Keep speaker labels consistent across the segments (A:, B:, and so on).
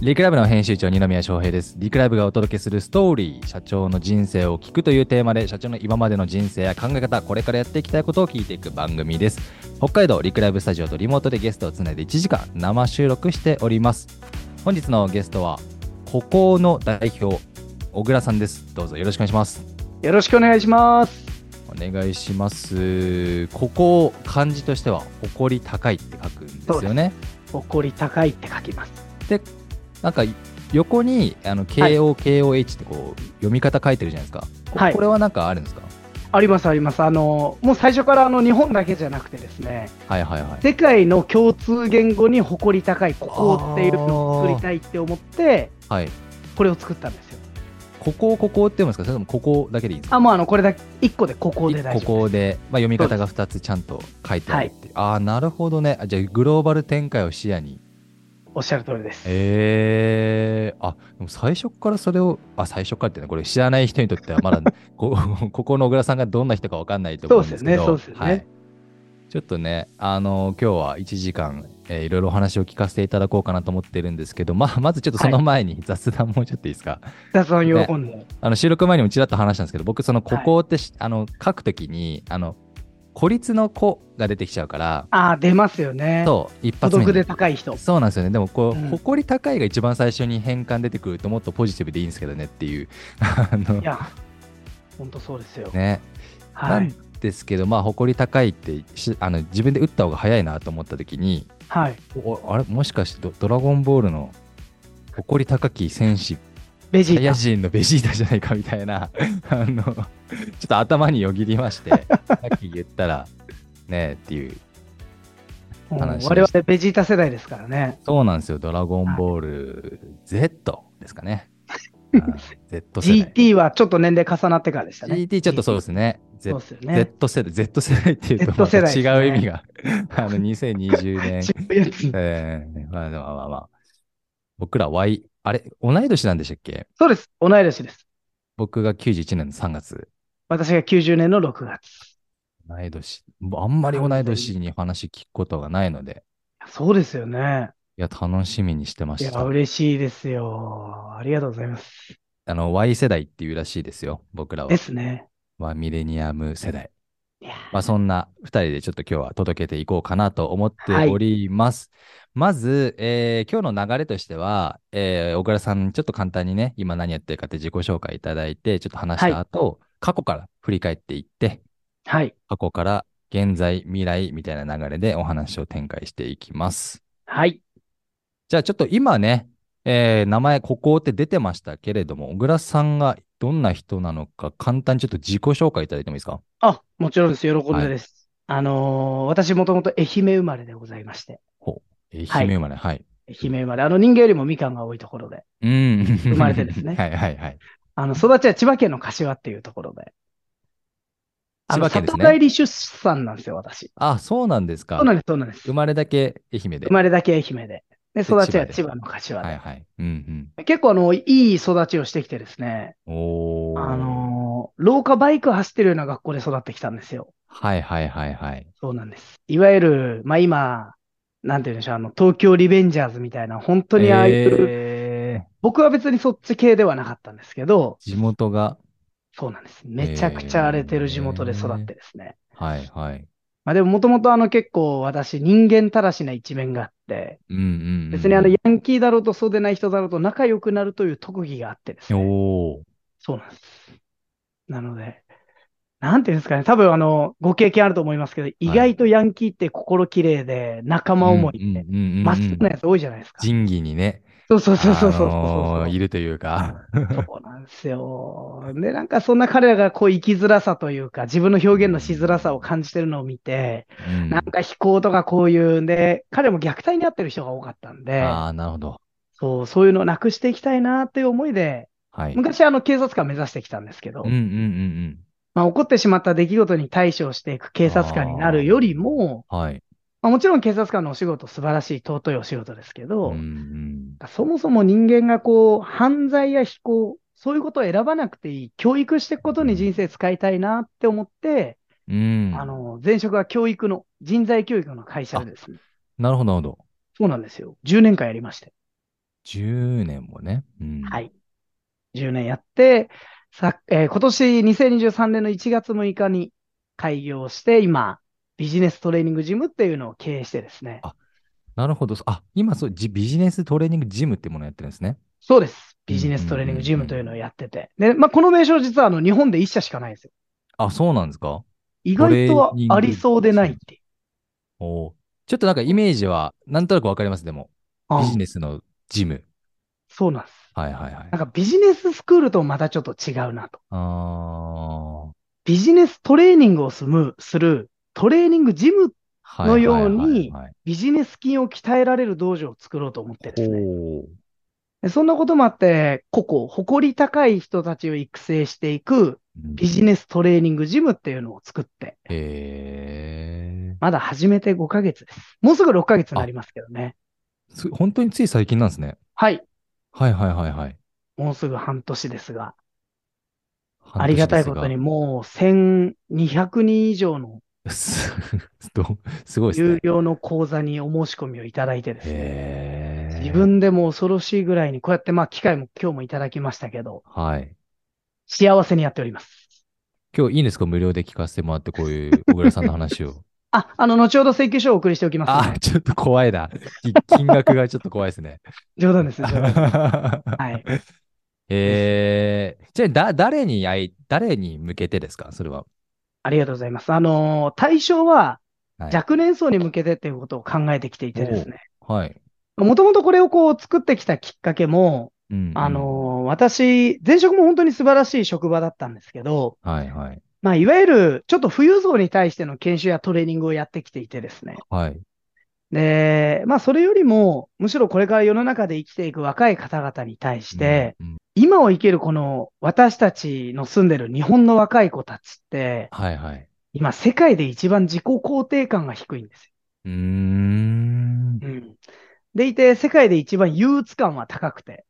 A: リクライブの編集長二宮翔平です。リクライブがお届けするストーリー、社長の人生を聞くというテーマで、社長の今までの人生や考え方、これからやっていきたいことを聞いていく番組です。北海道リクライブスタジオとリモートでゲストをつないで1時間生収録しております。本日のゲストは、孤高の代表、小倉さんです。どうぞよろしくお願いします。
B: よろしくお願いします。
A: お願いします。ここ、漢字としては、誇り高いって書くんですよね。
B: 誇り高いって書きます。
A: なんか横にあの
B: はい
A: KOKOH ってこう読み方書いてるじゃないですか。こ
B: はい
A: これはなんかあるんですか
B: ありますあります。あの、もう最初からあの日本だけじゃなくてですね、
A: はいはいはい。
B: 世界の共通言語に誇り高いここっていうのを作りたいって思って、
A: はい。
B: これを作ったんですよ。
A: ここをここって読むんですかそれともここだけでいいんですか
B: あ、もうあの、これだけ、1個でここで大
A: こ
B: 丈夫
A: こ
B: です。
A: で、まあ、読み方が2つちゃんと書いてあるっていう。ああ、なるほどね。あじゃあグローバル展開を視野に。
B: おっしゃる通りです。
A: ええあ、でも最初からそれを、あ、最初からってね、これ知らない人にとってはまだ、 こここの小倉さんがどんな人かわかんないと思うんですけど。
B: そうですよねそうですよね
A: はい。ちょっとね、あの今日は1時間、えーいろいろお話を聞かせていただこうかなと思ってるんですけど、まあ、 まずちょっとその前に雑談もうちょっといいですか。
B: 雑談喜んで。
A: あの収録前にもちらっと話したんですけど、僕、そのここってし、あの書くときに、あの、孤立の子が出てきちゃうから、
B: ああ、出ますよね。
A: そう、一
B: 孤
A: 発目
B: 独
A: に
B: で高い人。
A: そうなんですよね。でもこう、
B: うん
A: 誇り高いが一番最初に変換出てくるともっとポジティブでいいんですけどねっていう。 あの
B: いや、本当そうですよ。
A: ね、
B: は
A: ないん。ですけど、まあ、誇り高いってしあの自分で打った方が早いなと思った時に
B: はい。
A: おあれもしかしてドドラゴンボールの誇り高き戦士
B: ベジ
A: サイヤ
B: ー
A: 人のベジータじゃないかみたいな あのちょっと頭によぎりま してさっき言ったらねえっていう
B: タ。うん
A: 話し
B: 我
A: ました
B: 々ベジータ世代ですからね。
A: そうなんですよ「ドラゴンボール Z」ですかね。 あ Z 世代
B: GT はちょっと年齢重なってからでしたね。
A: GT ちょっとそうですね。
B: そ
A: Z,
B: うですよね。
A: Z 世代、Z 世代っていうと
B: Z 世代ですね
A: また違う意味が、 あの、2020年、
B: 違うやつ
A: えーまあまあまあまあ。僕ら Y、あれ、同い年なんでしたっけ
B: そうです。同い年です。
A: 僕が91年の3月。
B: 私が90年の6月。
A: 同い年。あんまり同い年に話聞くことがないので、
B: そうですよね。
A: いや、楽しみにしてま
B: い
A: し
B: や、
A: た。
B: 嬉しいですよ。ありがとうございます。
A: あの、Y 世代っていうらしいですよ、僕らは
B: で。すね。
A: まあミレニアム世代。
B: いや
A: まあ、そんな2人でちょっと今日は届けていこうかなと思っております。まず、えー今日の流れとしては、えー小倉さん、ちょっと簡単にね、今何やってるかって自己紹介いただいて、ちょっと話した後、過去から振り返っていって、
B: はい。
A: 過去から現在、未来みたいな流れでお話を展開していきます。
B: はい。
A: じゃあちょっと今ね、えー名前、ここって出てましたけれども、小倉さんがどんな人なのか、簡単にちょっと自己紹介いただいてもいいですか
B: あ、もちろんです。喜んでです。あのー私もともと愛媛生まれでございまして。
A: 愛媛
B: はい
A: 生まれ、はい。
B: 愛媛生まれ。あの人間よりもみかんが多いところで。
A: うん。生
B: まれてですね
A: はいはいはい。
B: あの、育ちは千葉県の柏っていうところで。あの、
A: 千葉県ですね
B: 里帰り出産なんですよ、私。
A: あ、そうなんですか。
B: そうなんです、そうなんです。
A: 生まれだけ愛媛で。
B: 生まれだけ愛媛で。で、育ち
A: 千葉
B: は千
A: で
B: 葉の柏
A: は
B: で
A: い。はい。うん
B: 結構あの、いい育ちをしてきてですね、
A: うん。おー。
B: あのー廊下バイク走ってるような学校で育ってきたんですよ。
A: はいはいはいはい。
B: そうなんです。いわゆる、まあ今、なんて言うんでしょう、あの、東京リベンジャーズみたいな、本当にああいう、
A: えー
B: 僕は別にそっち系ではなかったんですけど、
A: 地元が、
B: そうなんです。めちゃくちゃ荒れてる地元で育ってですね。
A: はいはい。
B: まあでももともとあの結構私人間たらしな一面があって、
A: うんうんうん。
B: 別にあのヤンキーだろうとそうでない人だろうと仲良くなるという特技があってですね。
A: おー。
B: そうなんです。なので、なんていうんですかね、多分あの、ご経験あると思いますけど、意外とヤンキーって心きれいで、仲間思いで、
A: ま
B: まっすぐなやつ多いじゃないですか。
A: 仁義にね、
B: そうそうそうそうそう
A: あ
B: そ
A: の
B: う
A: ーいるというか、
B: そうなんですよ。で、なんかそんな彼らがこう生きづらさというか、自分の表現のしづらさを感じてるのを見て、
A: うん
B: なんか非行とかこういうんで、彼も虐待に遭ってる人が多かったんで、
A: ああ、なるほど。
B: そう、そういうのをなくしていきたいなっていう思いで、
A: はい。
B: 昔あの警察官目指してきたんですけど、
A: うんうんうん
B: まあ、起こってしまった出来事に対処していく警察官になるよりも、
A: うん。はい。
B: まあ、もちろん警察官のお仕事、素晴らしい、尊いお仕事ですけ
A: う
B: ど、
A: んうん
B: そもそも人間がこう、犯罪や非行、そういうことを選ばなくていい、教育していくことに人生使いたいなって思って、
A: うん。
B: あの、前職は教育の、人材教育の会社でですね、
A: なるほど、なるほど。
B: そうなんですよ。10年間やりまして。
A: 10年もね。うん、
B: はい。10年やって、さえー今年2023年の1月6日に開業して、今、ビジネストレーニングジムっていうのを経営してですね
A: あ。なるほど。あ、今そう、ジビジネストレーニングジムってものやってるんですね。
B: そうです。ビジネストレーニングジムというのをやってて。で、まあ、この名称実はあの日本で1社しかないんですよ。
A: あ、そうなんですか
B: 意外とはありそうでないっていう。
A: おーちょっとなんかイメージは、なんとなくわかります、でも。ビジ
B: あ
A: ネスのジム。
B: そうなんです。
A: はいはいはい
B: なん。かビジネススクールとまたちょっと違うなと。
A: あ
B: ビジネストレーニングをすむするトレーニングジム、
A: ー
B: のように
A: はいはいはいはい
B: ビジネス筋を鍛えられる道場を作ろうと思ってですね。
A: おー
B: でそんなこともあって、個々、誇り高い人たちを育成していく
A: うん
B: ビジネストレーニングジムっていうのを作って、
A: へ
B: まだ始めて5ヶ月です。もうすぐ6ヶ月になりますけどね。
A: ーす本当につい最近なんですね。
B: はい。
A: はいはいはいはい。
B: もうすぐ半年ですが、あ
A: 半
B: り
A: 年
B: がたい
A: です
B: こ
A: が
B: とにもう1200人以上の
A: す どすごいです
B: 有
A: ね。
B: 料の講座にお申し込みをいただいてですね。
A: へー
B: 自分でも恐ろしいぐらいに、こうやってまあ機会も今日もいただきましたけど、
A: はい。
B: 幸せにやっております。
A: 今日いいんですか無料で聞かせてもらって、こういう小倉さんの話を。
B: あ、あの、後ほど請求書をお送りしてお きますの
A: あ
B: で、、
A: ちょっと怖いな。き金額がちょっと怖いですね。
B: 冗談です、冗談 です。 はい。
A: えー、じゃあ、だ、誰にあい、誰に向けてですかそれは。
B: ありがとうございます。あのー対象は
A: はい
B: 若年層に向けてっていうことを考えてきていてですね。
A: はい。
B: もともとこれをこう作ってきたきっかけも、
A: うんうん
B: あのー私、前職も本当に素晴らしい職場だったんですけど、
A: はいはい。
B: まあ、いわゆるちょっと富裕層に対しての研修やトレーニングをやってきていてですね。
A: はい。
B: で、まあ、それよりも、むしろこれから世の中で生きていく若い方々に対して、
A: うんうん
B: 今を生きるこの私たちの住んでる日本の若い子たちって、
A: はいはい。
B: 今世界で一番自己肯定感が低いんです
A: うーん。
B: よ。うん。でいて、世界で一番憂鬱感は高くて。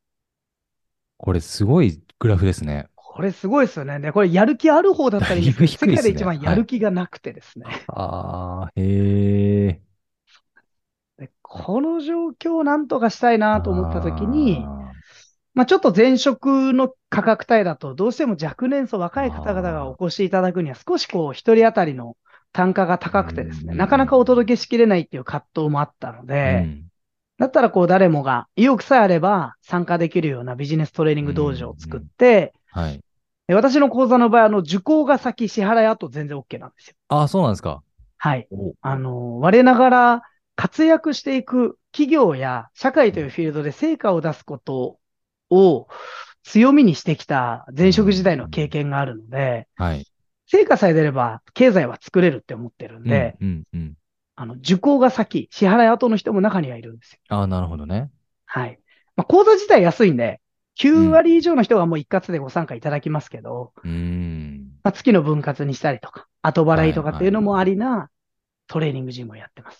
A: これすごいグラフですね。
B: これすごいですよね。で、これやる気ある方 だったり、
A: だいぶ低いっすね
B: 世界で一番やる気がなくてですね。
A: あー、へえ。
B: でこの状況をなんとかしたいなと思った時に、
A: あ
B: まあ、ちょっと前職の価格帯だと、どうしても若年層、若い方々がお越しいただくには、少しこう、一人当たりの単価が高くてですね、
A: うん
B: なかなかお届けしきれないっていう葛藤もあったの
A: ー、う
B: で、
A: ん
B: だったらこう、誰もが意欲さえあれば参加できるようなビジネストレーニング道場を作って、
A: はい。
B: で私の講座の場合、あの、受講が先、支払い後全然 OK なんですよ。
A: あー、そうなんですか。
B: はい。
A: お
B: あの、我ながら活躍していく企業や社会というフィールドで成果を出すことを強みにしてきた前職時代の経験があるので、
A: はい。
B: 成果さえ出れば経済は作れるって思ってるんで、
A: うんうんうん。
B: あの、受講が先、支払い後の人も中にはいるんですよ。
A: あー、なるほどね。
B: はい。まあ、講座自体安いんで、9割以上の人がもう一括でご参加いただきますけど、
A: うーん。
B: まあ、月の分割にしたりとか、後払いとかっていうのもありな、トレーニングジムをやってます。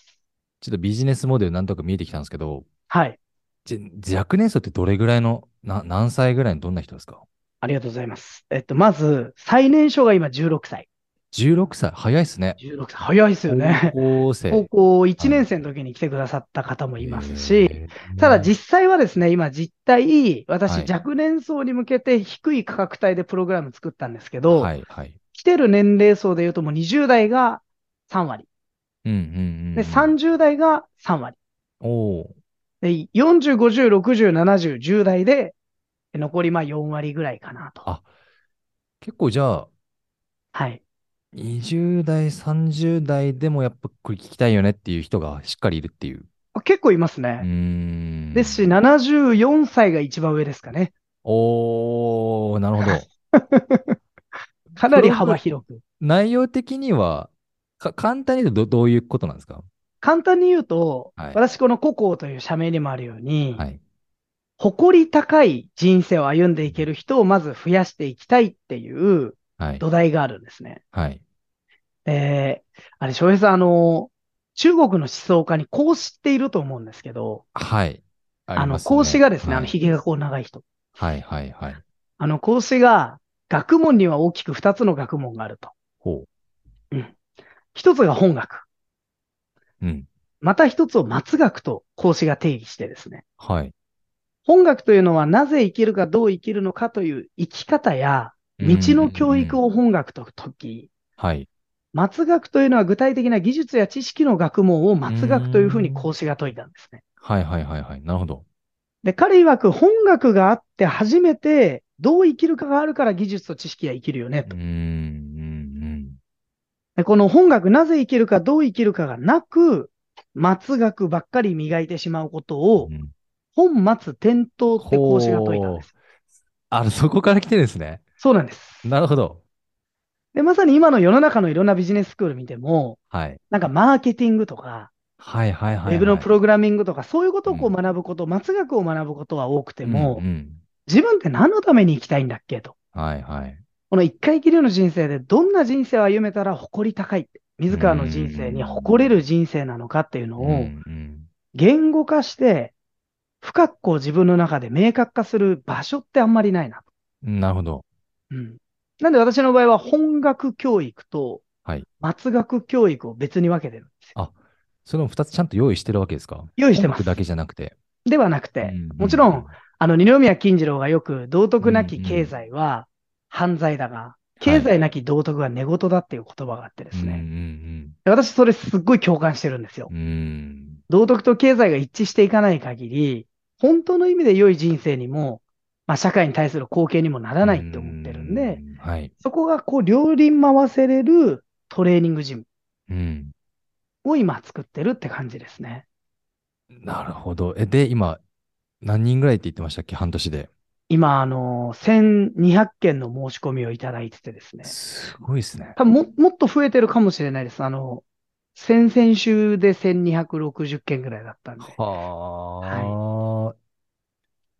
A: ちょっとビジネスモデルなんとなく見えてきたんですけど、
B: はい。
A: じ若年層ってどれぐらいの、な何歳ぐらいのどんな人ですか
B: ありがとうございます。えっと、まず、最年少が今16歳。
A: ?16 歳、早いですね。
B: 16歳。早いですよね。
A: 高校生。
B: 高校1年生の時に来てくださった方もいますし、
A: へー
B: ただ実際はですね、今実
A: は
B: 態、私
A: い
B: 若年層に向けて低い価格帯でプログラム作ったんですけど、
A: はいはい。
B: 来てる年齢層で言うともう20代が3割、
A: うんうんうんうん。
B: で30代が3割、
A: おー
B: で40、50、60、70、10代で残りまあ4割ぐらいかなと。
A: あ結構じゃあ、
B: はい。
A: 20代、30代でもやっぱこれ聞きたいよねっていう人がしっかりいるっていう。
B: 結構います
A: う
B: ね
A: ー。ん。
B: ですし、。74歳が一番上ですかね。
A: おー、な るほど。
B: かなり幅広く。
A: 内容的には、か簡単に言うとどどういうことなんですか
B: 簡単に言うと、
A: はい
B: 私このココという社名にもあるように、
A: はい。
B: 誇り高い人生を歩んでいける人をまず増やしていきたいっていう
A: はい。
B: 土台があるんですね。
A: はい。
B: えー、あれ、翔平さん、あの、中国の思想家に孔子っていると思うんですけど、
A: はい。あり
B: あの、
A: ます
B: 孔子がですね、あの、
A: はい
B: 髭がこう長い人。
A: はいはいはい。
B: あの、孔子が、学問には大きく2つの学問があると。
A: ほ
B: 一つが本学。
A: う。うん。
B: また一つを松学と孔子が定義してですね。
A: はい。
B: 本学というのはなぜ生きるかどう生きるのかという生き方や、道の教育
A: を。
B: を本学と解き、
A: はい。
B: 末学というのは具体的な技術や知識の学問を末学というふうに孔子が説いたんですね。
A: はいはいはいはい。なるほど。
B: で、彼曰く本学があって初めてどう生きるかがあるから技術と知識は生きるよね
A: う
B: と
A: ん、うん、うん。
B: でこの本学なぜ生きるかどう生きるかがなく、末学ばっかり磨いてしまうことを
A: うん
B: 本末転倒って孔子が説いたんです。
A: あの、そこから来てるんですね。
B: そうなんです。
A: なるほど。
B: で、まさに今の世の中のいろんなビジネススクール見ても、
A: はい。
B: なんかマーケティングとか、
A: はいはいはい、は
B: ウ
A: い。
B: ェブのプログラミングとか、そういうことをこう
A: うん
B: 学ぶこと、末学を学ぶことは多くて
A: で
B: も、
A: うんうん
B: 自分って何のために生きたいんだっけと。
A: はいはい。
B: この一回きりの人生でどんな人生を歩めたら誇り高いって。自らの人生に誇れる人生なのかっていうの
A: うん
B: を
A: うん
B: 言語化して、深くこう自分の中で明確化する場所ってあんまりないなと。
A: なるほど。
B: うん。なんで私の場合は本学教育と
A: はい、
B: 末学教育を別に分けてるんですよ。
A: その二つちゃんと用意してるわけですか
B: 用意してます
A: 文句だけじゃなくて。
B: ではなくて、もちろん、あの、二宮金次郎がよく道徳なき経済は犯罪だが、経済なき道徳は寝言だっていう言葉があってで
A: です
B: ね。
A: ね。
B: で私、それすっごい共感してるんですよ
A: う。ん。
B: 道徳と経済が一致していかない限り、本当の意味で良い人生にも、まあ、社会に対する貢献にもならないって思ってるんで、
A: う。はい。
B: そこがこう、両輪回せれるトレーニングジム
A: うん。
B: を今作ってるって感じですね。
A: なるほど。え、で、今、何人ぐらいって言ってましたっけ半年で。
B: 今、あのー、1200件の申し込みをいただいててですね。
A: すごいですね。
B: 多分も、もっと増えてるかもしれないです。あの、先々週で1260件ぐらいだったんで、
A: はあ。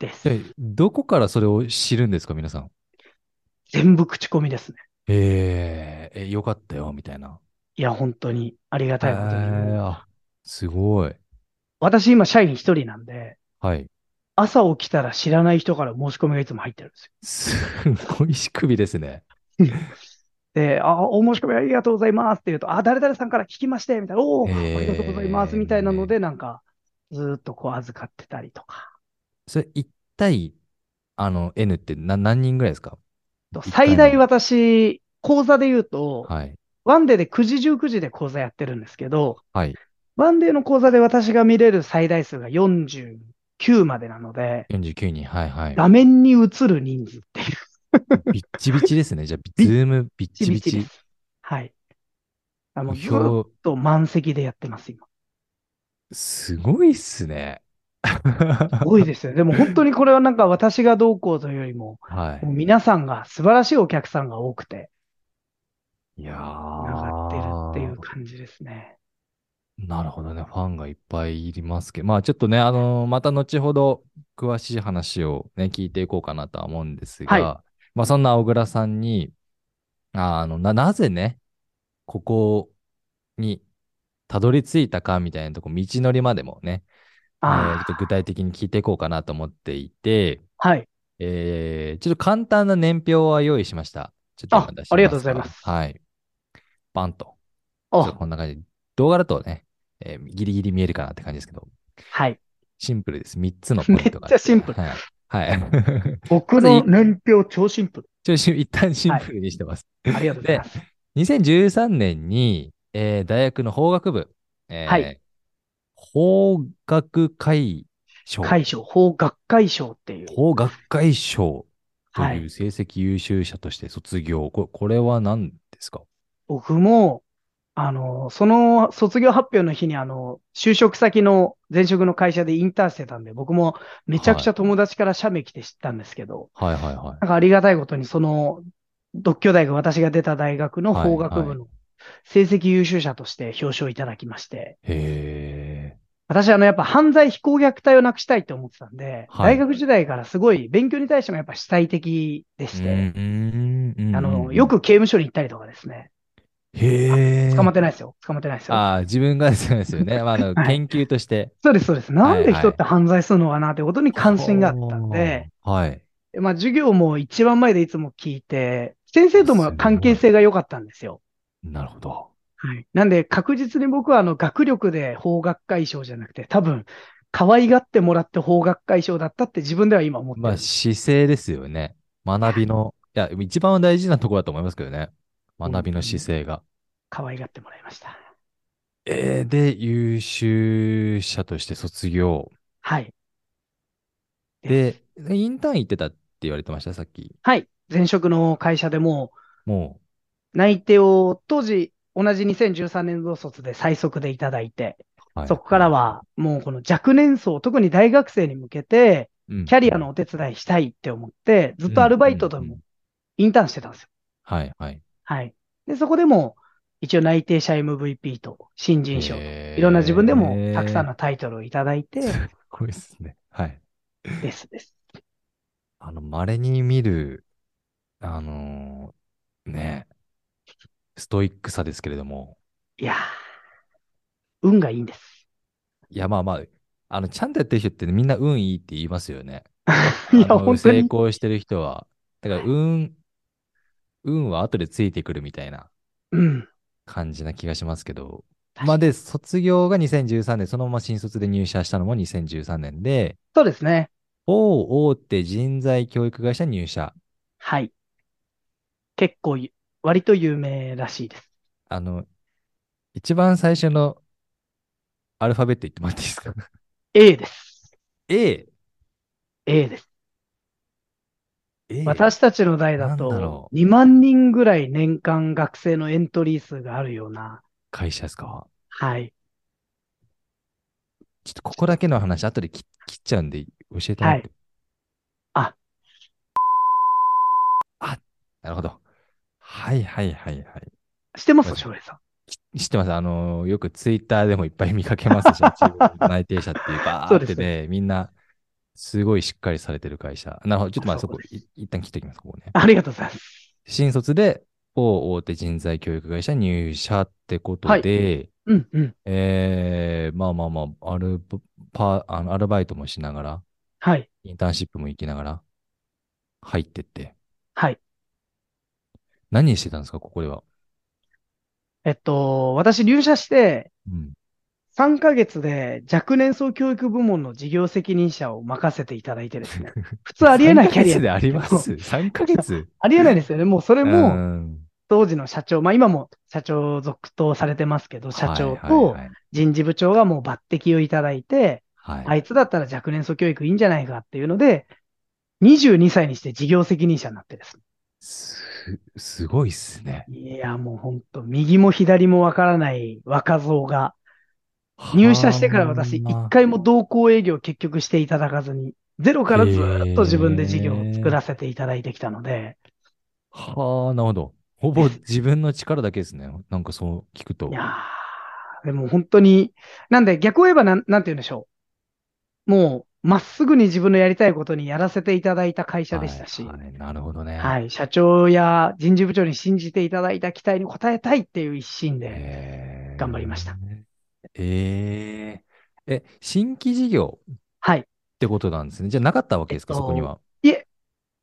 B: です。
A: で、どこからそれを知るんですか皆さん。
B: 全部口コミですね。
A: えー、え、よかったよ、みたいな。
B: いや、本当にありがたいことに。
A: えーあすごい。
B: 私今社員一人なんで、
A: はい。
B: 朝起きたら知らない人から申し込みがいつも入ってるんですよ。
A: すごい仕組みですね。
B: で、あ、お申し込みありがとうございますって言うと、あ、誰々さんから聞きまして、みたいな、おお、
A: へー
B: ありがとうございます、みたいなので、なんか、ずーっとこう預かってたりとか。
A: それ、1対、あの、N ってな何人ぐらいですか
B: と最大
A: は。
B: 私、講座で言うと、
A: はい。
B: ワンデーで9時19時で講座やってるんですけど、
A: はい。
B: ワンデーの講座で私が見れる最大数が49までなので、
A: 49人。はいはい。
B: 画面に映る人数っていう
A: ビッチビチですね。じゃあ、
B: ビッ
A: ズームビッ
B: ち
A: チ
B: び
A: ビ
B: ちで
A: チ。
B: す。はい。あの、
A: 目
B: ずーっ
A: 標、
B: と満席でやってます、今。
A: すごいっすね。
B: すごいですよね。でも本当にこれはなんか私がどうこうというよりも、
A: は
B: もう皆さんが素晴らしいお客さんが多くて、
A: い。いや
B: 上がってるっていう
A: ー
B: 感じですね。
A: なるほどね。ファンがいっぱいいますけど、まあちょっとね、あのーまた後ほど詳しい話をね、聞いていこうかなとは思うんですが、
B: はい
A: まあそんな小倉さんに、ああの、な、なぜね、ここにたどり着いたかみたいなとこ、道のりまでもね、えー
B: あ
A: ちょっと具体的に聞いていこうかなと思っていて、
B: あ、はい。
A: えーちょっと簡単な年表は用意しました。ちょっと今
B: あ
A: 出し
B: ありがとう
A: ます
B: ござい
A: か
B: ます
A: はい。バンと。ちょっと
B: お、
A: こんな感じ。動画だとね、えーギリギリ見えるかなって感じですけど、
B: はい。
A: シンプルです。3つのポイントがあて。
B: めっちゃシンプル
A: はい。 はい。
B: 僕の年表超シンプ
A: ちょっと一旦シンプルにしてます。
B: ル。ありがとうございます。
A: 2013年に、えー大学の法学部、えー
B: はい
A: 法学会賞、
B: 会賞、法学会賞っていう。
A: 法学会賞と
B: はい
A: いう成績優秀者として卒業。ここれは何ですか
B: 僕も、あの、その卒業発表の日に、あの、就職先の前職の会社でインターンしてたんで、僕もめちゃくちゃ友達から写メ来て知ったんですけど、
A: はいはいはい。
B: なんかありがたいことに、その、独協大学、私が出た大学の法学
A: は
B: 部
A: い
B: の成績優秀者として表彰いただきまして、
A: へ
B: 私、あの、やっぱ犯罪非行虐待をなくしたいって思ってたんで、
A: はい
B: 大学時代からすごい勉強に対してもやっぱ主体的で
A: ー。
B: して、
A: うんうんうんうん
B: あの、よ、く刑務所に行ったりとかですね、
A: へー
B: 捕まってないですよ。捕まってないですよ。
A: ああ、自分が そうですよね。まあ、あの、
B: はい
A: 研究として。
B: そうです、そうです。なん
A: はい
B: で
A: はい
B: 人って犯罪するのかなってことに関心があったんで、
A: ほう。はい。
B: まあ授業も一番前でいつも聞いて、先生とも関係性が良かったんですよ。
A: なるほど。
B: はい。なんで確実に僕はあの学力で法学会賞じゃなくて、多分可愛がってもらって法学会賞だったって自分では今思ってる。
A: まあ、姿勢ですよね。学びの、いや、一番大事なところだと思いますけどね。学びの姿勢が。
B: 可愛がってもらいました。
A: えーで、優秀者として卒業。
B: はい。
A: で、インターン行ってたって言われてました、さっき。
B: はい。前職の会社でも
A: も
B: う内定を当時同じ2013年度卒で最速でいただいて、
A: う、はい
B: そこから、はもうこの若年層、特に大学生に向けて
A: うん
B: キャリアのお手伝いしたいって思って、ずっとアルバイトで
A: うんうんう
B: も
A: ん
B: インターンしてたんですよ。
A: はい、はい。
B: はい。で、そこでも一応内定者 MVP と新人賞と
A: い
B: いろんな自分でもたくさんのタイトルをいただ いて、
A: すごいですね。はい。
B: ですです。
A: あの、稀に見る、あのーね、ストイックさですけれども、
B: いやー、運がいいんです。
A: いや、まあまあ、あの、ちゃんとやってる人ってみんな運いいって言いますよね。
B: いや、
A: あの
B: 本当
A: 成
B: に。
A: 功してる人は。だから、運、運は後でついてくるみたいな
B: うん。
A: 感じな気がしますけど。ま
B: 確か
A: あ、
B: に
A: で、卒業が2013年、そのまま新卒で入社したのも2013年で、
B: そうですね。
A: 某大手人材教育会社入社。
B: はい。結構ゆ、割と有名らしいです。
A: あの、一番最初のアルファベット言ってもらっていいですか
B: A です。
A: ?A。
B: A です。
A: A
B: 私たちの代だ
A: なんだ
B: と
A: ろ、
B: 2万人ぐらい年間学生のエントリー数があるような、
A: 会社ですか
B: はい。
A: ちょっとここだけの話、後で切切っちゃうんで教えてもらって。
B: はい
A: あ。なるほど。はいはいはいはい。
B: してます翔平さん。
A: 知ってます。あのーよくツイッターでもいっぱい見かけますし、 中国の内定者っていうバ
B: そ
A: ー
B: う
A: っ
B: で
A: て
B: す
A: ね、みんな、すごいしっかりされてる会社。なるほど。ちょっとまあ
B: あ
A: そ
B: そう
A: こ、
B: です
A: い一旦切っておきます、ここね。
B: ありがとうございます。
A: 新卒で、某大手人材教育会社入社ってこと
B: はい
A: で、
B: うん、うん。
A: えーまあまあまあ、アルバパあのアルバイトもしながら、
B: はい。
A: インターンシップも行きながら、入ってって。
B: はい。
A: 何してたんですか、ここでは。
B: えっと、私入社して
A: うん。
B: 3ヶ月で若年層教育部門の事業責任者を任せていただいてですね。普通ありえないキャリア
A: 3ヶ月でありま
B: そう
A: す。3ヶ月。
B: ありえないですよね。もうそれ
A: う
B: も
A: ん
B: 当時の社長、まあ今も社長続投されてますけど、社長と
A: はいはい
B: 人事部長がもう抜擢をいただいて、
A: はい。は
B: あ
A: い
B: いつだったら若年層教育いいんじゃないかっていうので、22歳にして事業責任者になってですね。
A: す、すごいっすね。
B: いや、もう本当右も左もわからない若造が、入社してから私、
A: はあ
B: 一回も同行営業結局していただかずに、ゼロからずっと自分で事業を作らせていただいてきたので、
A: はあ、なるほど。ほぼ自分の力だけですね。 なんかそう聞くと。
B: いやーでも本当に、なんで逆を言えばなん、なんて言うんでしょう。もう、まっすぐに自分のやりたいことにやらせていただいた会社でしたし、
A: はいはいなるほどね。
B: はい、社長や人事部長に信じていただいた期待に応えたいっていう一心で、
A: へー
B: 頑張りました。
A: えー、え、新規事業っ
B: はい、
A: てことなんですね。じゃあなかったわけですか、
B: えっと
A: そこには。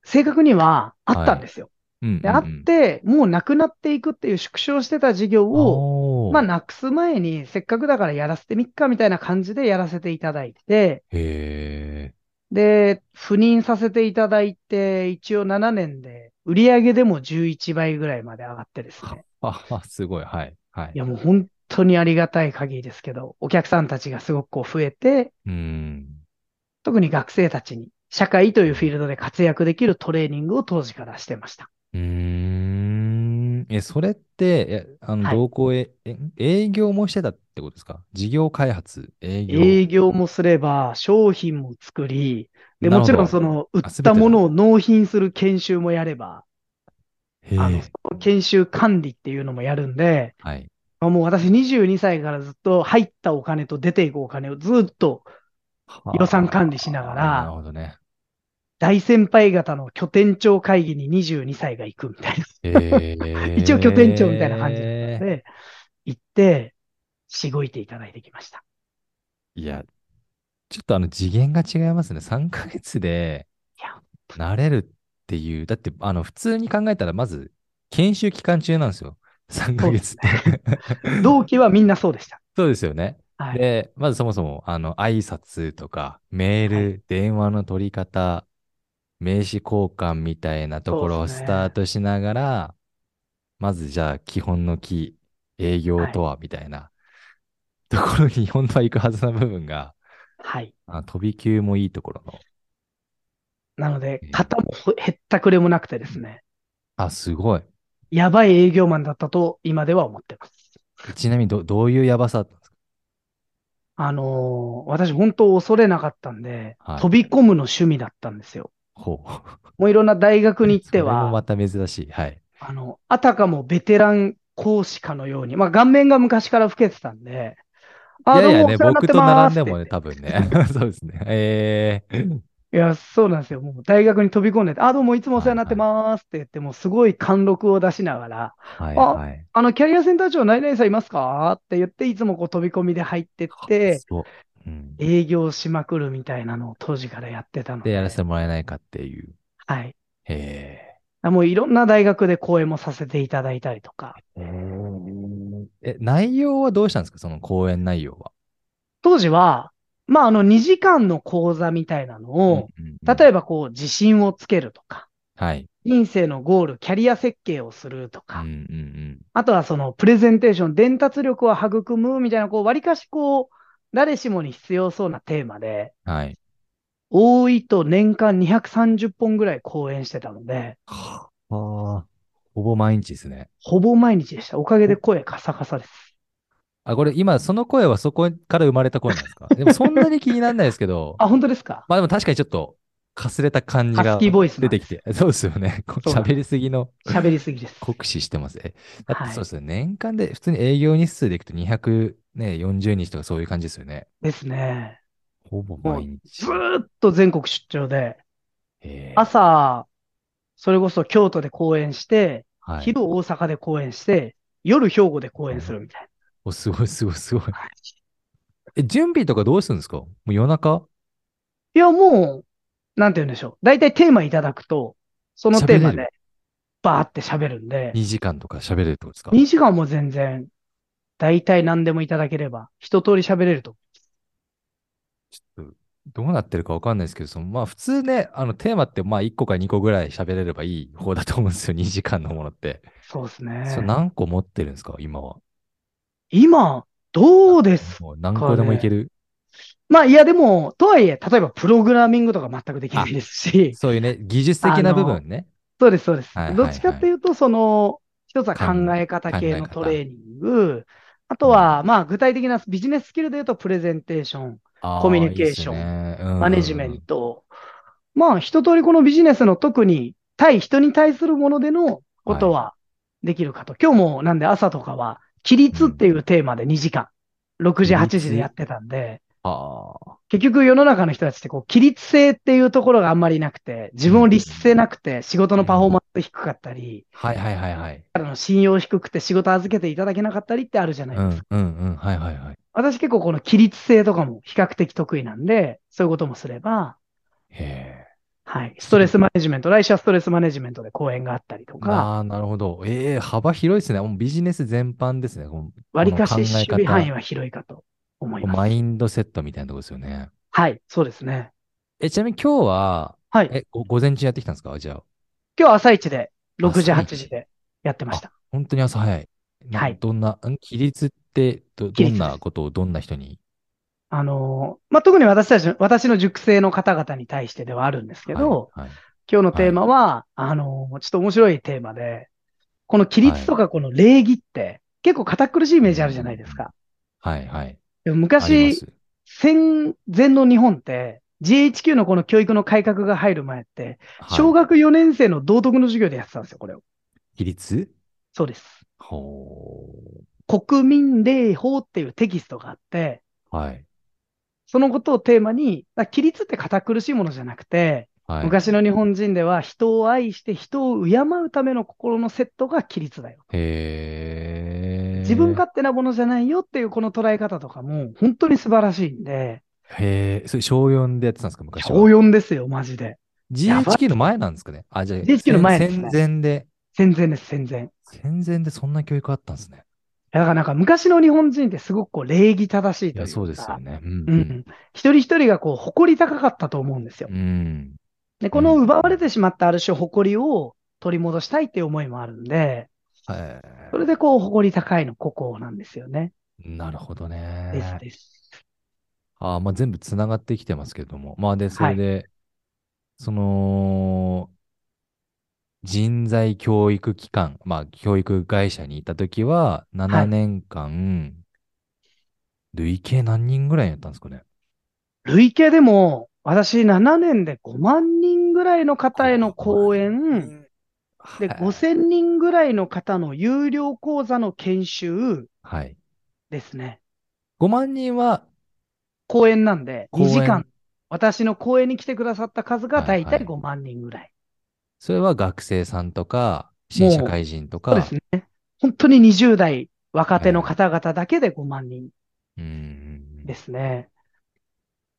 B: 正確にはあったんですよ。
A: うん
B: で、あって、もうなくなっていくっていう縮小してた事業を、
A: を
B: まあ、なくす前に、せっかくだからやらせてみっかみたいな感じでやらせていただいて、
A: へ
B: で、赴任させていただいて、一応7年で、売り上げでも11倍ぐらいまで上がってですね。
A: ーあ あ、すごい。はい。はいい。
B: や、もう本当にありがたい限りですけど、お客さんたちがすごくこう増えて、
A: うん。
B: 特に学生たちに、社会というフィールドで活躍できるトレーニングを当時からしてました。
A: うーん。え、それって、えあの、
B: はい
A: 同行へ、え、営業もしてたってことですか事業開発、営業。
B: 営業もすれば、商品も作り、で、
A: なる
B: も
A: ほ
B: ちろ
A: ど
B: んその、売っ
A: あ全て
B: た
A: だ
B: ものを納品する研修もやれば、
A: へ
B: あの、
A: ー
B: その研修管理っていうのもやるんで、
A: はい。
B: まあもう私22歳からずっと入ったお金と出ていくお金をずっと予算管理しながら
A: はあなるほど ね。
B: 大先輩方の拠点長会議に22歳が行くみたい
A: へ
B: な、
A: ー
B: 一応拠点長みたいな感じだったので、行って、しごいていただいてきました。
A: いや、ちょっとあの次元が違いますね。3ヶ月で
B: いや
A: 慣れるっていう。だって、あの、普通に考えたら、まず、研修期間中なんですよ。3ヶ月って。
B: 同期はみんなそうでした。
A: そうですよね。
B: はい。
A: で、まずそもそも、あの、挨拶とか、メール、
B: は
A: 電話の取り方、名刺交換みたいなところ
B: そう
A: を
B: っすね
A: スタートしながら、まずじゃあ、基本のキー、営業とは、みたいな、ところに本当は行くはずな部分が、
B: はい。
A: あ飛び級もいいところの。
B: なので
A: えー、
B: 型もほへったくれもなくてですね、
A: あ、すごい。
B: やばい営業マンだったと今では思ってます。
A: ちなみにど、どういうやばさだったんですか
B: あのー私本当恐れなかったんで、
A: はい
B: 飛び込むの趣味だったんですよ。
A: ほう。
B: もういろんな大学に行って
A: それも
B: は、
A: また珍しい。はい。
B: あの、あたかもベテラン講師かのように、まあ顔面が昔から老けてたんで、あ、
A: いやいや
B: どうも
A: ね、
B: お世話になっ
A: 僕
B: て
A: と
B: ま
A: 並
B: す
A: ん
B: っ
A: で
B: て
A: も
B: 言っ
A: ね、
B: て
A: 多分ね。 そうですね。えー、
B: いや、そうなんですよ。もう大学に飛び込んでて、あ、どうもいつもお世話になってますって言って、もうすごい貫禄を出しながら、
A: はい
B: あ
A: はい。
B: あの、キャリアセンター長何々さんいますかって言って、いつもこう飛び込みで入ってって、
A: そう。うん、
B: 営業しまくるみたいなのを当時からやってたの
A: で、やら
B: で
A: せてもらえないかっていう。
B: はい。
A: へ
B: もういろんな大学で講演もさせていただいたりとか、
A: え。え、内容はどうしたんですかその講演内容は。
B: 当時は、まあ、あの、2時間の講座みたいなのを、
A: うんうんうん
B: 例えばこう、自信をつけるとか、
A: はい。
B: 人生のゴール、キャリア設計をすると
A: うんう
B: か
A: ん、うん。
B: あとはその、プレゼンテーション、伝達力を育むみたいな、こう、割かしこう、誰しもに必要そうなテーマで、
A: はい。
B: 多いと年間230本ぐらい講演してたので、
A: はあ。ほぼ毎日ですね。
B: ほぼ毎日でした。おかげで声カサカサです。
A: あ、これ今、その声はそこから生まれた声なんですかでもそんなに気にならないですけど、
B: あ、本当ですか
A: まあでも確かにちょっと、かすれた感じ
B: ハス
A: が
B: キーボイスな
A: 出
B: ん
A: て
B: で
A: きて、そうですよね。こう
B: そうなんです
A: 喋りすぎの
B: 喋りすぎです。
A: 酷使してます。え、だって
B: はい
A: そうですよね。年間で、普通に営業日数でいくと240日とかそういう感じですよね。
B: ですね。
A: ほぼ毎日
B: ず。ーっと全国出張で、
A: へー、
B: 朝、それこそ京都で講演して、
A: はい。
B: 昼大阪で講演して、夜兵庫で講演するみたい
A: お、すごい、すごい、すごい。
B: な。
A: え、準備とかどうするんですかもう夜中
B: いや、もう、なんて言うんでしょう。大体テーマいただくと、そのテーマ
A: 喋れ
B: で、バーって喋るんで、
A: ?2 時間とか喋れるってことですか
B: 2時間も全然、大体何でもいただければ、一通り喋れると。
A: ちょっと、どうなってるかわかんないですけど、その、まあ普通ね、あのテーマってまあ1個か2個ぐらい喋れればいい方だと思うんですよ。2時 間のものって。
B: そうです
A: それ
B: ね。
A: 何個持ってるんですか今は。
B: 今、どうです
A: もう何個でもいける。
B: まあ、いや、でも、とはいえ、例えばプログラミングとか全くできないですし、
A: そういうね、技術的な部
B: あ
A: 分ね。
B: そうです、そうです
A: はいはい。
B: どっちかっていうと、その、一つは考え方
A: 考え
B: 系
A: 考え
B: の
A: 方
B: トレーニング、あとは、まあ、具体的なビジネススキルで言うと、プレゼンテーション、
A: あー
B: コミュニケーション
A: いいっすねうんうんうん
B: マネジメント。まあ、一通りこのビジネスの特に、対人に対するものでのことはできるかと。今日も、なんで朝とかは、起立っていうテーマで2時間、6時、
A: 起立
B: 8時でやってたんで、
A: ああ。
B: 結局世の中の人たちってこう、起立性っていうところがあんまりなくて、自分を律せなくて仕事のパフォーマンス低かったり、
A: はいはいはいはい。
B: 彼の信用低くて仕事預けていただけなかったりってあるじゃないうですか。
A: んうんうん。はいはいはい。
B: 私結構この起立性とかも比較的得意なんで、そういうこともすれば、
A: へ
B: はい、ストレスマネジメント、来週はストレスマネジメントで講演があったりと
A: え。
B: か、
A: ああ、なるほど。ええ幅広いですね。もうビジネス全般ですね。この
B: わりかし
A: この
B: 守
A: 考え
B: 備
A: 方
B: 範囲は広いかと思いま
A: マ
B: す。
A: インドセットみたいなとこですよね。
B: はい、そうですね。
A: え、ちなみに今日は、
B: はい、
A: え、ご午前中やってきたんですかじゃあ、
B: 今日朝一で、6時、
A: 朝
B: 8
A: 一
B: 時でやってました。
A: 本当に朝早い。な
B: はい
A: どんな、ん起立ってど、
B: 起
A: ど
B: 立
A: ん
B: で
A: な
B: す
A: ことをどんな人に
B: あのーまあ、特に私たち、私の塾生の方々に対してではあるんですけど、
A: はい。はい
B: 今日のテーマは、あのーちょっと面白いテーマで、この規律とかこの礼儀って、結構堅苦しいイメージあるじゃないですか。
A: はいはい。
B: で
A: ありま
B: も昔、
A: す
B: 戦前の日本って、GHQ のこの教育の改革が入る前って、
A: はい
B: 小学4年生の道徳の授業でやってたんですよ、これを。
A: 起立
B: そうです。
A: ほ
B: 国民礼法っていうテキストがあって、
A: う。はい。
B: そのことをテーマに、だから規律って堅苦しいものじゃなくて、
A: はい。
B: 昔の日本人では人を愛して人を敬うための心のセットが規律だよ。
A: へえ。
B: 自分勝手なものじゃないよっていうこの捉え方とかも本当に素晴らしいんで、
A: へえ、それ小4でやってたんですか、昔は。
B: 小4ですよ、マジで。やば
A: GHQ の前なんですかね。あ、じゃあ、
B: GHQ の前ですね
A: 戦前で、
B: 戦前です、戦前。
A: 戦前でそんな教育あったんですね。
B: だからなんか昔の日本人ってすごくこう礼儀正しい
A: い
B: という
A: や、
B: か。
A: そうですよね。うん
B: う。ん。一人一人がこう誇り高かったと思うんですよ
A: う。ん。
B: で、この奪われてしまったある種誇りを取り戻したいっていう思いもあるんで、
A: は
B: それでこう誇り高いの孤高なんですよね。
A: い。なるほど
B: です
A: ね。
B: です。
A: あーまあ、全部つながってきてますけども。まあ、で、それで、その、人材教育機関、まあ、教育会社にいたときは、7年間、累計何人ぐらいやったんですかね。
B: 累計でも、私7年で5万人ぐらいの方への講演、で、
A: はい
B: 5000人ぐらいの方の有料講座の研修
A: はい。
B: ですね。
A: 5万人は、
B: 講演なんで、
A: 講
B: 2
A: 演
B: 時間。私の講演に来てくださった数が大
A: はいは
B: 体
A: い
B: 5万人ぐらい。
A: それは学生さんとか、新社会人と
B: そうで
A: か
B: す、ね。本当に20代若手の方々だけで5万人
A: うん
B: ですね。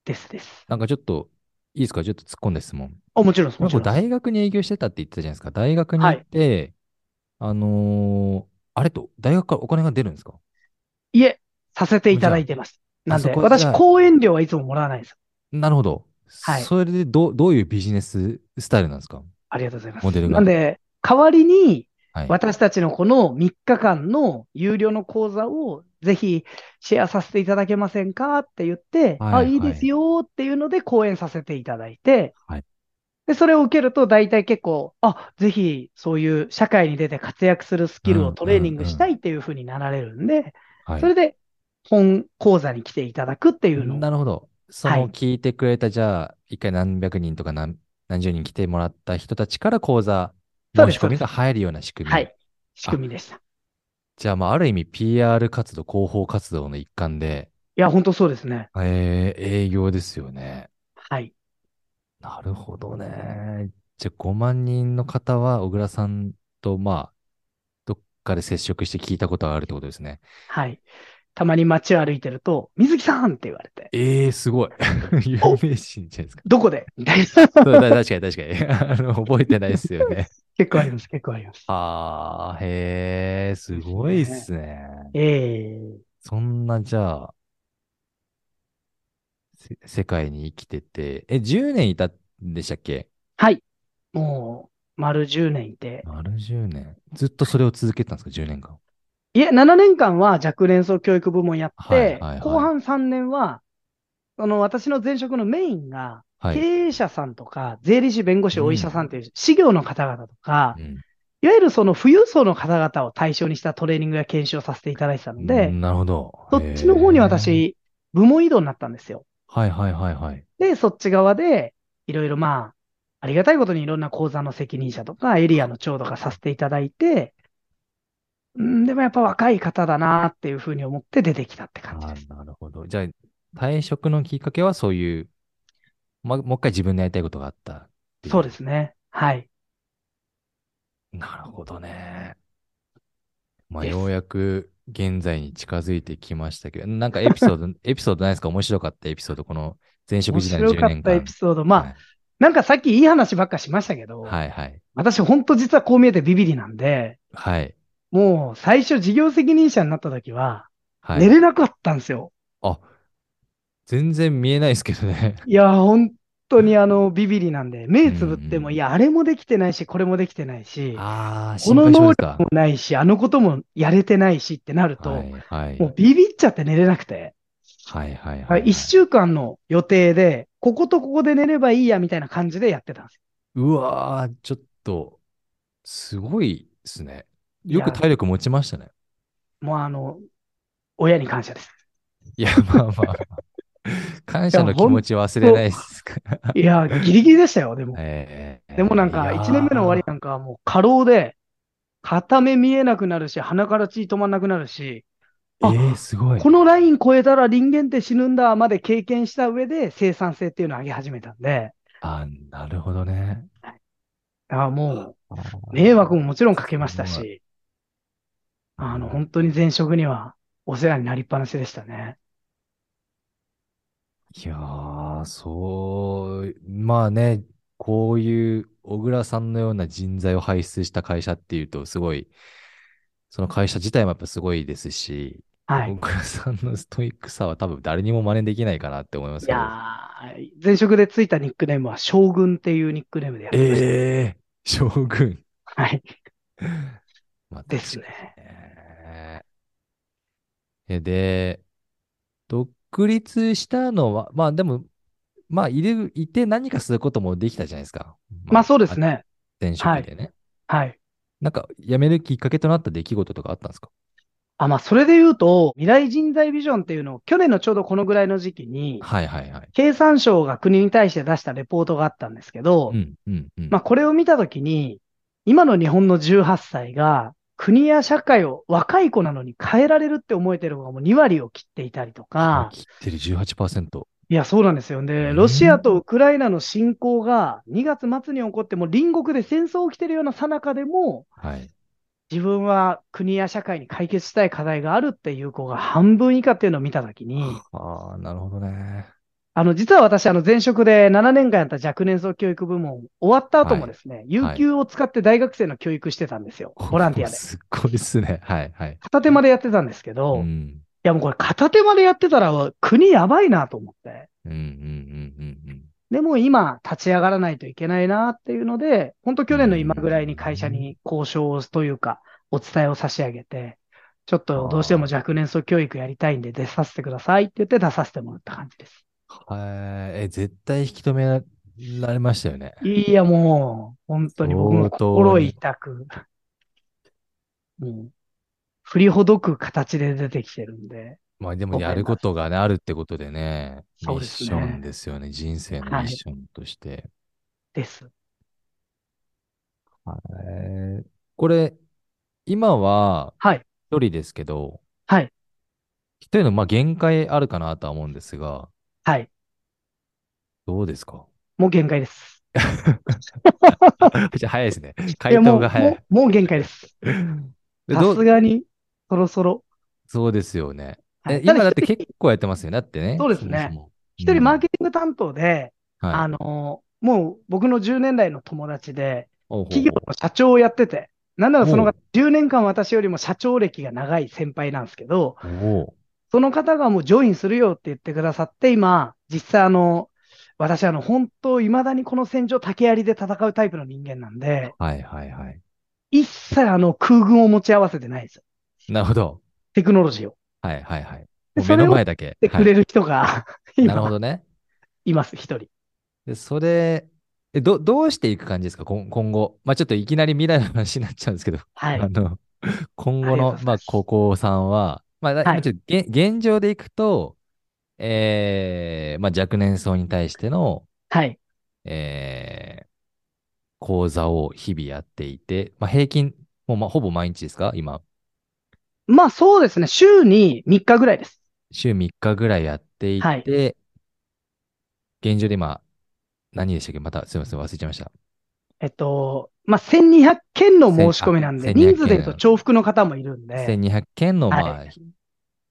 B: ですです。
A: なんかちょっと、いいですかちょっと突っ込んで質問。
B: あ、もちろんです、も
A: こ
B: ちろ
A: れ
B: んです。
A: 大学に営業してたって言ってたじゃないですか。大学に行って、あのーあれと、大学からお金が出るんですか
B: いえ、させていただいてます。
A: じゃあ
B: なんで、
A: あそこはじ
B: 私
A: ゃあ
B: 講演料はいつももらわないです。
A: なるほど。
B: はい
A: それでどう、どういうビジネススタイルなんですか
B: ありがとうございます。
A: モデルが
B: なんで、代わりに、
A: はい。
B: 私たちのこの3日間の有料の講座をぜひシェアさせていただけませんかって言って、
A: はいはい
B: あ、いいですよっていうので講演させていただいて、
A: はい
B: で、それを受けると大体結構、あ、ぜひそういう社会に出て活躍するスキルをトレーニングしたいっていうふうになられるんで、
A: はい
B: それで本講座に来ていただくっていうのを
A: なるほど。そ
B: はい
A: の聞いてくれた、じゃあ、一回何百人とか何、何十人来てもらった人たちから講座
B: そ
A: 申
B: うです
A: し込みが入るような仕組み。
B: はい、仕組みでした。い
A: じゃあ、まあ、ある意味 PR 活動、広報活動の一環で、
B: や、本当そうですね。
A: えー、営業ですよね。
B: はい。
A: なるほどね。じゃあ、5万人の方は、小倉さんと、まあ、どっかで接触して聞いたことがあるってことですね。
B: はい。たまに街を歩いてると、水木さんって言われて、
A: えー、すごい。 有名人じゃないですか。
B: どこでみたいな
A: そうだ確かに確かに。あ の、覚えてないですよ ね。
B: 結構あります、結構あります。
A: あー、へー、すごいっすね。
B: ええ
A: そんな、じゃあ、せ世界に生きてて、え、10年いたんでしたっけ
B: はい。もう、丸10年いて。
A: 丸10年。ずっとそれを続けてたんですか ?10 年間。
B: いえ、7年間は若年層教育部門やっ
A: はい
B: て
A: はいはい、
B: 後半3年は、その私の前職のメインが、
A: はい。
B: 経営者さんとか、税理士、弁護士、
A: うん
B: お医者さんという、事業の方々とか
A: う、ん
B: いわゆるその富裕層の方々を対象にしたトレーニングや研修をさせていただいてたの
A: う
B: で
A: ん、なるほど。
B: そっちの方に
A: へー。
B: 私、部門移動になったんですよ。
A: はいはいはいはい。
B: で、そっち側で、いろいろまあ、ありがたいことにいろんな講座の責任者とか、エリアの長とかさせていただいて、うん、でもやっぱ若い方だなっていうふうに思って出てきたって感じ
A: あ
B: です。
A: ーなるほど。じゃあ、退職のきっかけはそういう、ま、もう一回自分でやりたいことがあったってい
B: そうですね。はい。
A: なるほどね。まあ、
B: です
A: ようやく現在に近づいてきましたけど、なんかエピソー ド、エピソードないですか面白かったエピソード、この前職
B: 面
A: 時代の
B: 白か
A: 10
B: っ
A: 年
B: た
A: 間。
B: エピソード。まあ、
A: はい
B: なんかさっきいい話ばっかしましたけど、
A: はいはい。
B: 私本当実はこう見えてビビリなんで、
A: はい。
B: もう最初事業責任者になった時は、
A: はい。
B: 寝れなかったんですよ。
A: あ、全然見えないですけどね。
B: いや、本当にあの、ビビリなんで、目つぶって
A: うんう
B: も、
A: ん
B: いや、あれもできてないし、これもできてないし、
A: ああ、
B: こ
A: 心
B: の
A: 配性
B: 能
A: ですか。
B: 力もないし、あのこともやれてないしってなると、
A: はいはい。
B: もうビビっちゃって寝れなくて、
A: はいはい
B: は
A: はいい。
B: 1週間の予定で、こことここで寝ればいいやみたいな感じでやってたんです
A: うわー、ちょっと、すごいですね。よ
B: よ。
A: く
B: いや
A: 体力持ちましたね。
B: もうあの、親に感 謝です。
A: いや、まあまあまあ。感謝の気持ち忘れないですから。
B: いや、ギリギリでしたよ、でも。
A: ええ
B: でもなんか、1年目の終わりなんかはもう過労で、片目見えなくなるし、鼻から血止まんなくなるし、あ
A: ええすごい。
B: このライン超えたら人間って死ぬんだまで経験した上で生産性っていうのを上げ始めたんで、
A: あ、なるほどね。
B: あもう迷惑ももちろんかけました
A: すご
B: し、あの、本当に前職にはお世話になりっぱなしでしたね。
A: いやー、そう、まあね、こういう小倉さんのような人材を輩出した会社っていうと、すごい、その会社自体もやっぱすごいですし、
B: はい。
A: 大倉さんのストイックさは多分誰にも真似できないかなって思います
B: い
A: けど。
B: やー前職でついたニックネームは将軍っていうニックネームでやってました。
A: ええ将軍。
B: はい。
A: まあ
B: ですね。
A: ねえで、独立したのは、まあでも、まあいる、いて何かすることもできたじゃないですか。
B: まあそうです。ね。
A: 前職でね。
B: はい。
A: なんか、辞めるきっかけとなった出来事とかあったんですか
B: あ、まあそれで言うと、未来人材ビジョンっていうのを去年のちょうどこのぐらいの時期に、
A: はいはいはい。
B: 経産省が国に対して出したレポートがあったんですけど、
A: うんうんうん。
B: まあこれを見たときに、今の日本の18歳が国や社会を若い子なのに変えられるって思えてるのがもう2割を切っていたりとか、
A: 切ってる18%。
B: いや、そうなんですよ。
A: う
B: で、
A: ん
B: ロシアとウクライナの侵攻が2月末に起こってもう隣国で戦争起きてるような最中でも、
A: はい。
B: 自分は国や社会に解決したい課題があるっていう子が半分以下っていうのを見たときに、
A: ああ、なるほどね。
B: あの、実は私、あの、前職で7年間やった若年層教育部門終わった後もですね、有給を使って大学生の教育してたんですよ。ボランティアで。
A: すっごいっすね。はいはい。
B: 片手までやってたんですけど、
A: う
B: い
A: ん。
B: やもうこれ片手までやってたら国やばいなと思って。
A: うんうんうんうんうん。
B: でもう今立ち上がらないといけないなっていうので、本当去年の今ぐらいに会社に交渉というか、お伝えを差し上げて、ちょっとどうしても若年層教育やりたいんで出させてくださいって言って出させてもらった感じです。
A: はい。え、絶対引き止められましたよね。
B: いやもう、本当に僕も心痛く、うん、振りほどく形で出てきてるんで、
A: まあでも
B: わかります
A: やることがね、あるってことでね、
B: そ
A: ミッ
B: うです
A: シ
B: ね
A: ョンですよね。人生のミッションとして。
B: です。
A: えーこれ、今は
B: はい。
A: 一人ですけど、
B: はい。
A: 一人のまあ限界あるかなとは思うんですが、
B: はい。
A: どうですか
B: もう限界です。
A: じゃあ早いですね。
B: い
A: 回
B: や、も
A: 答
B: う、も
A: が早い。
B: う、もう限界です。
A: でど
B: さ
A: う
B: すがに、そろそろ。
A: そうですよね。
B: は
A: え
B: い
A: 今だ
B: た
A: って
B: 一人
A: 結構やってますよね。だってね。
B: そうですね
A: そもそも。
B: 一人
A: うん
B: マーケティング担当で、
A: はい
B: あの、もう僕の10年来の友達で、
A: ほうほうほう
B: 企業の社長をやってて、なんならその方
A: お、
B: 10年間私よりも社長歴が長い先輩なんですけど、
A: おお。
B: その方がもうジョインするよって言ってくださって、今、実際あの、私あの、本当、未だにこの戦場竹槍で戦うタイプの人間なんで、
A: はいはいはい。
B: 一切あの、空軍を持ち合わせてないです。
A: なるほど。
B: テクノロジーを。
A: はいはいはい。
B: で
A: もう
B: そ
A: 目
B: れ
A: の
B: を
A: 前だけ。
B: で
A: は
B: く
A: い
B: れる人が、
A: なるほ
B: 今、
A: どね。
B: います、一人。
A: で、それ、え、ど、どうしていく感じですか今、今後。まあ、ちょっといきなり未来の話になっちゃうんですけど、
B: はい
A: あ。の、今後
B: ありがとう
A: の
B: ござ、い
A: ま
B: ま
A: あ、
B: す
A: 高校さんは、まあ、だ
B: はい
A: ちょっと現、現状でいくと、えー、まあ、若年層に対しての、
B: はい。
A: えー、講座を日々やっていて、まあ、平均、もう、まあ、ほぼ毎日ですか今、
B: まあそうですね。週に3日ぐらいです。
A: 週3日ぐらいやってい
B: はい
A: て、現状で今、何でしたっけまた、すいません、忘れちゃいました。
B: えっと、まあ1200件の申し込みなん
A: せんあ
B: で、人数
A: 1200
B: で言うと重複の方もいるんで、
A: 1200件の、まあ、
B: はい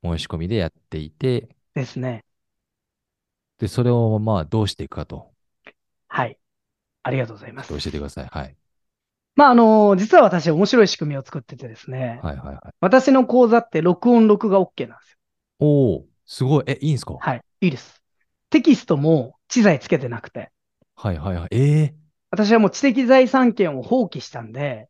A: 申し込みでやっていて、
B: ですね。
A: で、それをまあどうしていくかと、
B: はい。ありがとうございま
A: ちょっと。
B: す
A: 教えてください。はい。
B: まああの、実は私面白い仕組みを作っててですね、
A: はいはいはい。
B: 私の講座って録音録画 OK なんですよ。
A: おお、すごい。え、いいんすか
B: はい。いいです。テキストも知財つけてなくて、
A: はいはいはい。え
B: 私はもう知的財産権を放棄したんで、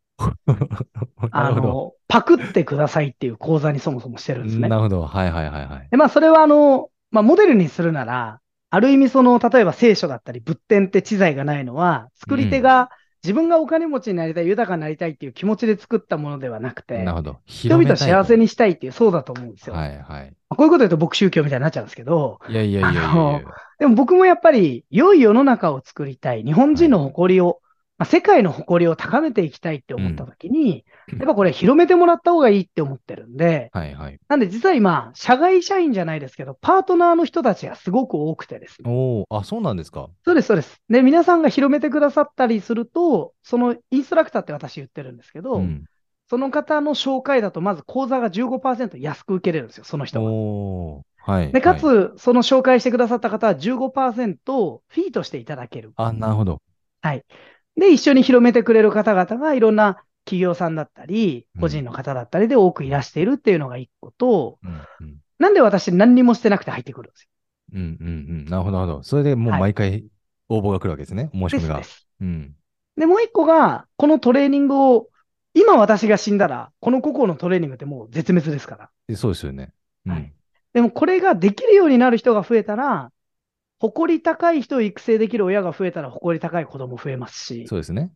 A: え な
B: あ
A: るほど。
B: の、パクってくださいっていう講座にそもそもしてるんですね。
A: なるほど。はいはいはいはい。
B: で、まあ、それはあの、まあ、モデルにするなら、ある意味その、例えば聖書だったり仏典って知財がないのは、作り手が自分がお金持ちになりたい、豊かになりたいっていう気持ちで作ったものではなくて
A: なる、ほど。人
B: 人々を幸せにしたいっていう、そうだと思うんですよ。
A: はいはい。
B: まあこういうこと言うと僕宗教みたいになっちゃうんですけど、
A: いやいやいやいやい
B: あの
A: や。
B: でも僕もやっぱり良い世の中を作りたい、日本人の誇りを、まあ、世界の誇りを高めていきたいって思った時に、
A: うん
B: やっぱこれ広めてもらった方がいいって思ってるんで、
A: はいはい。
B: なんで実は今、社外社員じゃないですけど、パートナーの人たちがすごく多くてですね。
A: おお、あ、そうなんですか。
B: そうです、そうです。で、皆さんが広めてくださったりすると、そのインストラクターって私言ってるんですけど、
A: うん。
B: その方の紹介だと、まず講座が15%安く受けれるんですよ、その人が。
A: おお、はい。
B: で、かつ、
A: はい
B: その紹介してくださった方は15%フィーとしていただける。
A: あ、なるほど。
B: で、一緒に広めてくれる方々がいろんな企業さんだったり
A: う、ん
B: 個人の方だったりで多くいらしているっていうのが一個と、
A: うんうん
B: なんで私何にもしてなくて入ってくるんですよ。
A: うんうんうん。なるほど、なるほど。それでもう
B: はい
A: 毎回応募が来るわけですね、申し
B: で
A: 込み
B: す
A: が
B: で。す。
A: うん。
B: で、もう一個が、このトレーニングを、今私が死んだら、この個々のトレーニングってもう絶滅ですから。
A: でそうですよね。うん
B: はいでもこれができるようになる人が増えたら、誇り高い人を育成できる親が増えたら誇り高い子供増えますし、
A: そうですね。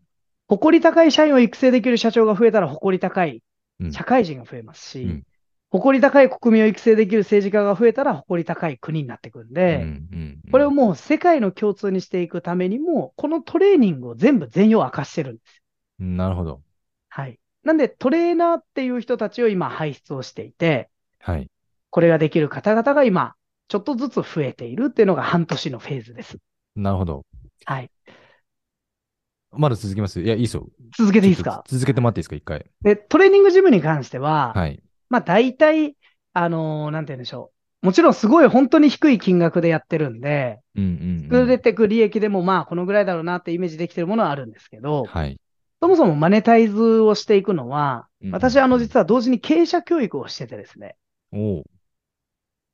B: 誇り高い社員を育成できる社長が増えたら誇り高い
A: うん
B: 社会人が増えますし、
A: うん
B: 誇り高い国民を育成できる政治家が増えたら誇り高い国になってくんで、
A: うんうんうん
B: これをもう世界の共通にしていくためにも、このトレーニングを全部全容明かしてるんです。
A: なるほど。
B: はい。なんでトレーナーっていう人たちを今輩出をしていて、
A: はい。
B: これができる方々が今、ちょっとずつ増えているっていうのが半年のフェーズです。
A: なるほど。
B: はい。
A: まだ続きますいや、いいっすよ。
B: 続けていいですか
A: ちょっと続けてもらっていいですか、一回。
B: で、トレーニングジムに関しては、
A: はい。
B: まあ大体、あのーなんて言うんでしょう。もちろんすごい本当に低い金額でやってるんで、
A: うんうんうん。
B: 作れてく利益でもまあこのぐらいだろうなってイメージできてるものはあるんですけど、
A: はい。
B: そもそもマネタイズをしていくのは、私はあの実は同時に経営者教育をしててですね、
A: は。おう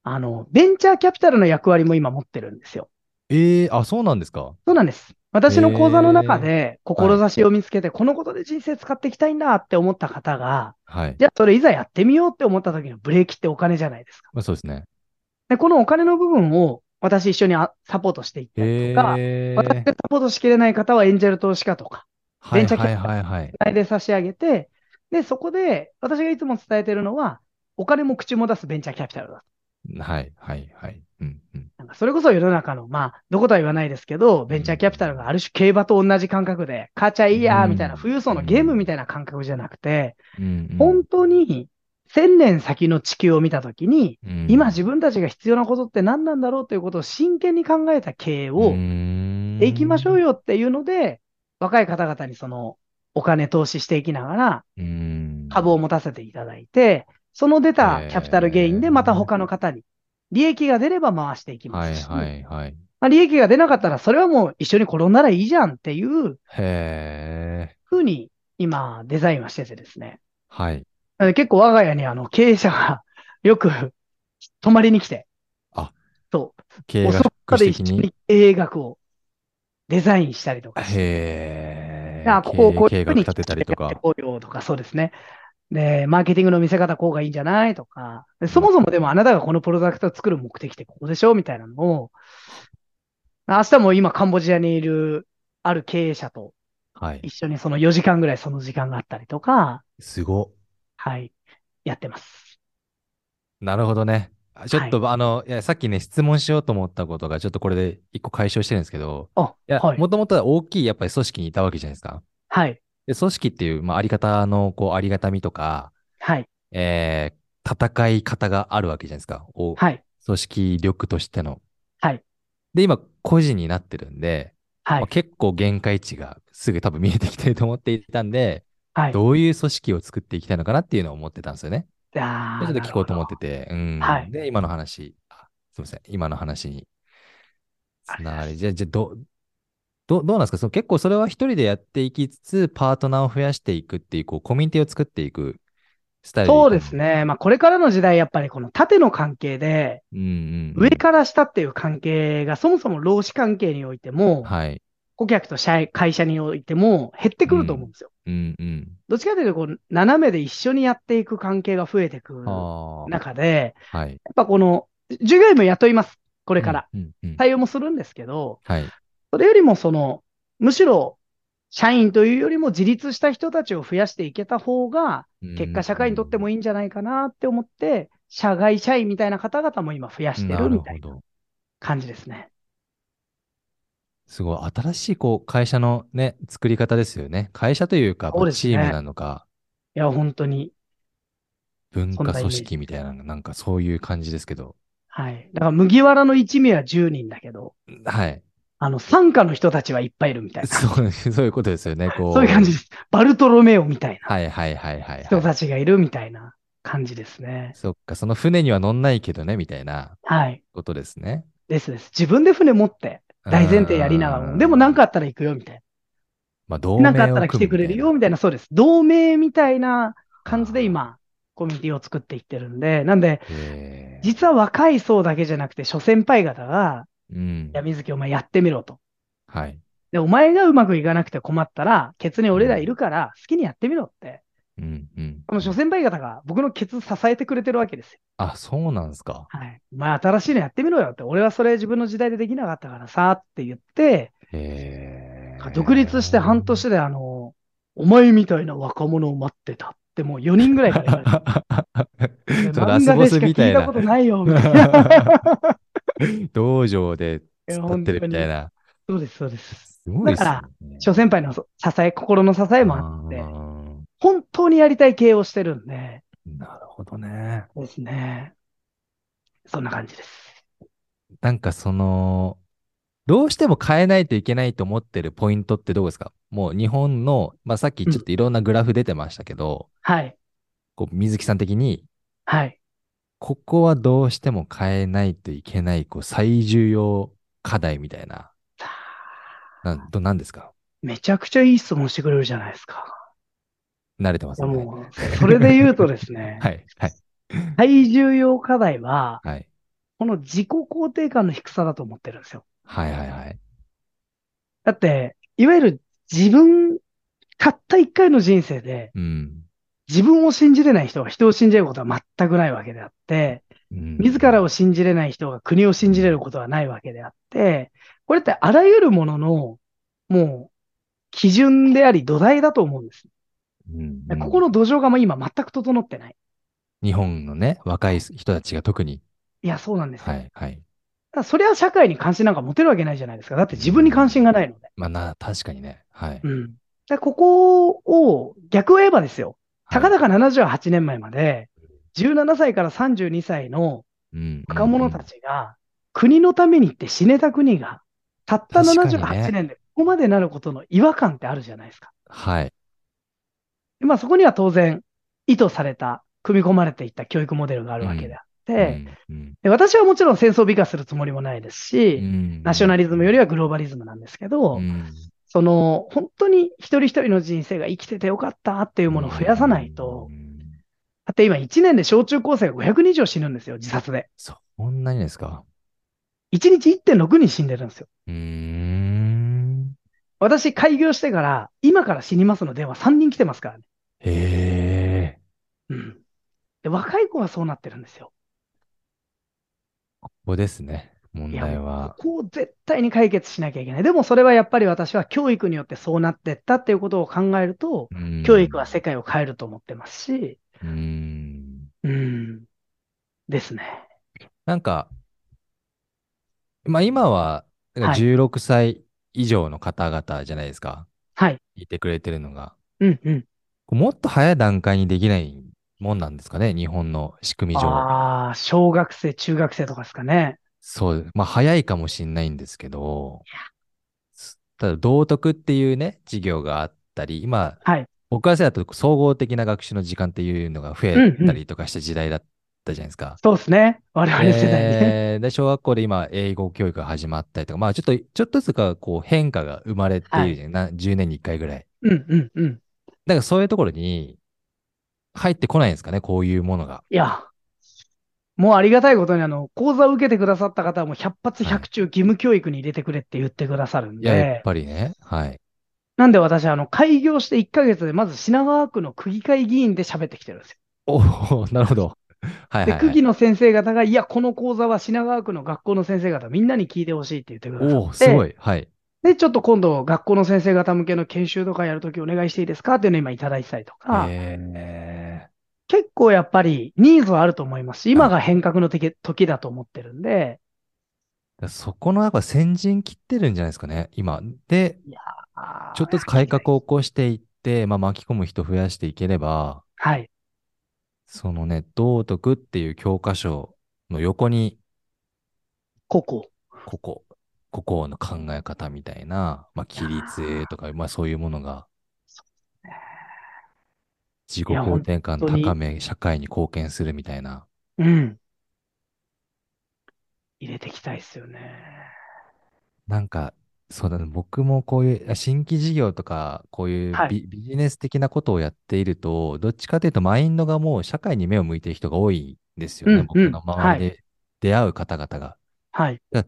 B: あの、ベンチャーキャピタルの役割も今持ってるんですよ。
A: ええあ、そうなんですか。
B: そうなんです。私の講座の中
A: へ
B: で、志を見つけて、このことで人生使っていきたいんだって思った方が、
A: はい。
B: じゃあそれいざやってみようって思った時のブレーキってお金じゃないですか。
A: まあ、そうですね。
B: で、このお金の部分を私一緒にあサポートしていったりとか、
A: ええ
B: 私がサポートしきれない方はエンジェル投資家とか、
A: は
B: ベ
A: い
B: ンチャーキ
A: は
B: ャ
A: い
B: ピタル
A: はいはい。
B: 内で差し上げて、で、そこで私がいつも伝えてるのは、お金も口も出すベンチャーキャピタルだ。
A: はいはいはい。うんうん。
B: なんかそれこそ世の中の、まあ、どことは言わないですけど、ベンチャーキャピタルがある種競馬と同じ感覚で、勝ちゃいいや
A: う
B: ー
A: ん
B: みたいな、富裕層のゲームみたいな感覚じゃなくて、
A: うんうん、
B: 本当に千年先の地球を見たときに、
A: うん
B: 今自分たちが必要なことって何なんだろうということを真剣に考えた経営をしていきましょう
A: よ。
B: よっていうので、若い方々にそのお金投資していきながら
A: うん
B: 株を持たせていただいて、その出たキャピタルゲインでまた他の方に利益が出れば回していきま
A: はい
B: すし、
A: はいはい。
B: まあ、利益が出なかったら、それはもう一緒に転んだらいいじゃんっていう
A: へえ。
B: ふうに今デザインはしててですね。
A: はい。
B: なので結構我が家にあの経営者がよく 泊まりに来て、
A: あ、
B: そ
A: 経
B: う、
A: 営
B: 遅
A: 学
B: くまで
A: 的
B: 一緒
A: に。
B: に映画をデザインしたりとかして、
A: へえ。
B: あ、ここをこう
A: 経
B: い
A: 営
B: うふう
A: 学
B: に
A: 立てたりと
B: やって
A: か。
B: こうよとか、そうですね。で、マーケティングの見せ方こうがいいんじゃないとか、でそもそもでもあなたがこのプロダクトを作る目的ってここでしょみたいなのを、明日も今カンボジアにいるある経営者と
A: はい。
B: 一緒にその4時間ぐらいその時間があったりとか、
A: すごっ。
B: はい、やってます。
A: なるほどね。あちょっと、あの、いや、さっきね、質問しようと思ったことが、ちょっとこれで一個解消してるんですけど、
B: あ、
A: いや、
B: はい。
A: もともとは大きい、やっぱり組織にいたわけじゃないですか。
B: はい。
A: で、組織っていう、まあ、あり方の、こう、ありがたみとか、
B: はい。
A: えー、戦い方があるわけじゃないですか。お、
B: はい。
A: 組織力としての。
B: はい。
A: で、今、個人になってるんで、
B: は
A: まあ
B: い。
A: 結構限界値がすぐ多分見えてきてると思っていたんで、
B: はい。
A: どういう組織を作っていきたいのかなっていうのを思ってたんですよね。
B: あ
A: でち
B: ー
A: ょっと聞こうと思っ
B: なる
A: てて、うん。
B: はい
A: で、今の話、あすいません、今の話につながり、じゃあ、じゃあど、どどうなんですかその結構それは一人でやっていきつつ、パートナーを増やしていくっていう、こう、コミュニティを作っていくスタイル
B: ほど。そう
A: いい
B: で
A: かな
B: す。ね。まあ、これからの時代、やっぱりこの縦の関係で、
A: うんうんうん、
B: 上から下っていう関係が、そもそも労使関係においても、
A: はい。
B: 顧客と社会社においても減ってくると思うんですよ。
A: うんうん。
B: どっちかというと、こう、斜めで一緒にやっていく関係が増えてくる
A: ああ。
B: 中で、
A: はい。
B: やっぱこの、従業員も雇います。こ
A: こ
B: れから。。
A: うんうん。
B: 対応もするんですけど、
A: はい。
B: それよりもその、むしろ社員というよりも自立した人たちを増やしていけた方が、結果社会にとっても
A: いい
B: いいんじゃないかなって思って、社外社員みたいな方々も今増やしてるみたい
A: な
B: な
A: るほど。
B: 感じですね。
A: すごい。新しい、こう、会社のね、作り方ですよね。会社というか、こ
B: そう
A: う
B: です
A: チ
B: ね
A: ームなのか、
B: いや、本当に。
A: 文
B: そん
A: 化
B: なイメー
A: 組
B: ジ
A: 織みたいな、なんかそういう感じですけど。
B: はい。だから麦わらの一味は10人だけど、
A: はい。
B: あの、傘下の人たちはいっぱいいるみたいな。
A: そう、そういうことですよね。こう。
B: そういう感じです。バルトロメオみたい
A: はいはいはいはい、はい。
B: な人たちがいるみたいな感じですね。
A: そっか、その船には乗んないけどね、みたいな
B: はい。
A: ことですね。
B: ですです。自分で船持って、大前提やりながら
A: う
B: も、
A: ん
B: でも何かあったら行くよみたいな。
A: まあ、同盟を
B: な
A: 組むみ
B: んかあったら来てくれるよ、みたいな、そうです。同盟みたいな感じで今、コミュニティを作っていってるんで、なんで、
A: たいな。へえ
B: 実は若い層だけじゃなくて、諸先輩方が、
A: うん
B: い。や、水木お前やってみろと。
A: はい。
B: で、お前がうまくいかなくて困ったら、ケツに俺らいるから、好きにやってみろって。
A: うんうん。
B: この諸先輩方が僕のケツ支えてくれてるわけですよ。
A: あ、そうなんですか。
B: はい。お前新しいのやってみろよって。俺はそれ自分の時代でできなかったからさ、って言って、
A: へえ
B: 独立して半 年であの、お前みたいな若者を待ってたってもう4人ぐらいから言われて
A: そのラ
B: 漫
A: ス
B: 画
A: ボ
B: でし
A: ス
B: か
A: みた
B: 聞
A: い
B: いた
A: な
B: ことないよ、みたいな。
A: 道場で
B: いや
A: 突っ立ってるみたいな。
B: そうです、そうです。
A: すごいっす
B: だか
A: ね。
B: 諸先輩の支え、心の支えもあって、本当にやりたい系をしてるんで、
A: うんなるほどね。
B: ですね。そんな感じです。
A: なんかその、どうしても変えないといけないと思ってるポイントってどうですかもう日本の、まあ、さっきちょっといろんなグラフ出てましたけど、
B: はい。
A: こう水木さん的に、
B: はい。
A: ここはどうしても変えないといけない、こう最重要課題みたいな。
B: さ
A: なんどなんですか
B: めちゃくちゃいい質問してくれるじゃないですか。
A: 慣れてます
B: いや
A: ね。
B: もう、それで言うとですね、
A: はい、はい、
B: 最重要課題は、
A: はい、
B: この自己肯定感の低さだと思ってるんですよ。
A: はい、はい、はい。
B: だって、いわゆる自分、たった一回の人生で、
A: うん。
B: 自分を信じれない人が人を信じることは全くないわけであって、
A: うん
B: 自らを信じれない人が国を信じれることはないわけであって、これってあらゆるものの、もう、基準であり土台だと思うんです。
A: うん
B: でここの土壌がまあ今全く整ってない。
A: 日本のね、若い人たちが特に。
B: いや、そうなんですよ。
A: はい、はい。
B: ただそりゃ社会に関心なんか持てるわけないじゃないですか。だって自分に関心がないので。
A: まあな、確かにね。はい。
B: うん。でここを逆を言えばですよ。たか
A: はい
B: だか78年前まで、17歳から32歳の
A: うん
B: 若者た。ちが、国のためにって死ねた国が、たった
A: 確かにね
B: 78年でここまでなることの違和感ってあるじゃないですか。
A: はい。
B: でまあそこには当然、意図された、組み込まれていった教育モデルがあるわけであって、
A: うん
B: で私はもちろん戦争美化するつもりもないですし、
A: うん
B: ナショナリズムよりはグローバリズムなんですけど、
A: うん
B: その、本当に一人一人の人生が生きててよかったっていうものを増やさないと、
A: うん
B: だって今1年で小中高生が500人以上死ぬんですよ、自殺で。
A: そんなにですか。
B: 1日1.6人死んでるんですよ。
A: うーん。
B: 私、開業してから、今から死にますの電話3人来てますからね。
A: へえ。
B: うん。で、若い子はそうなってるんですよ。
A: ここですね。問
B: いや
A: 題
B: もう
A: は。
B: ここを絶対に解決しなきゃいけない。でもそれはやっぱり私は教育によってそうなってったっていうことを考えると、
A: うん
B: 教育は世界を変えると思ってますし、
A: うん。
B: うん。ですね。
A: なんか、まあ今は、なんか
B: はい
A: 16歳以上の方々じゃないですか。
B: はい。
A: いてくれてるのが。
B: うんうん。
A: もっと早い段階にできないもんなんですかね、日本の仕組み上。
B: ああ、小学生、中学生とかですかね。
A: そう、まあ早いかもしんないんですけど、すただ道徳っていうね、授業があったり、今、
B: はい
A: 僕ら世代だと総合的な学習の時間っていうのが増えたりとかした時代だったじゃないですか。
B: そうですね。我々世代ね。
A: えーで、小学校で今、英語教育が始まったりとか、まあちょっと、ちょっとずつか、こう変化が生まれているじゃん、な10年に1回ぐらい。
B: うんうんうん。
A: だからそういうところに入ってこないんですかね、こういうものが。
B: いや、もうありがたいことに、あの、講座を受けてくださった方はもう100発
A: はい
B: 100中義務教育に入れてくれって言ってくださるん
A: いや、やっ
B: で、
A: ぱりね。はい。
B: なんで私、あの、開業して1ヶ月で、まず品川区の区議会議員で喋ってきてるんですよ。
A: おお、 なるほど。はい
B: で、
A: はい、
B: 区
A: はい
B: 議。の先生方が、いや、この講座は品川区の学校の先生方、みんなに聞いてほしいって言ってくださ
A: お
B: っ
A: お、すご
B: て、
A: い。はい。
B: で、ちょっと今度、学校の先生方向けの研修とかやるときお願いしていいですかっていうのを今いただいてたりとか、
A: え
B: 結構やっぱりニーズはあると思いますし、今が変革の時時だと思ってるんで、
A: ー、そこのやっぱ先陣切ってるんじゃないですかね、今。で、ちょっとずつ改革を起こしていって、まあ、巻き込む人増やしていければ、
B: はい。
A: そのね、道徳っていう教科書の横に、
B: ここ。
A: ここ、ここの考え方みたいな、まあ、規律とか、まあ、そういうものが、自己
B: いや
A: 肯定感
B: 本当に
A: 高め、社会に貢献するみたいな。
B: うん。入れていきたいですよね。
A: なんか、そうだね。僕もこういうあ新規事業とか、こういう
B: はい
A: ビ、ビジネス的なことをやっていると、どっちかというとマインドがもう社会に目を向いている人が多いんですよ
B: う
A: ね。
B: ん
A: 僕
B: うん
A: の周りで出会う方々が。
B: はい。
A: も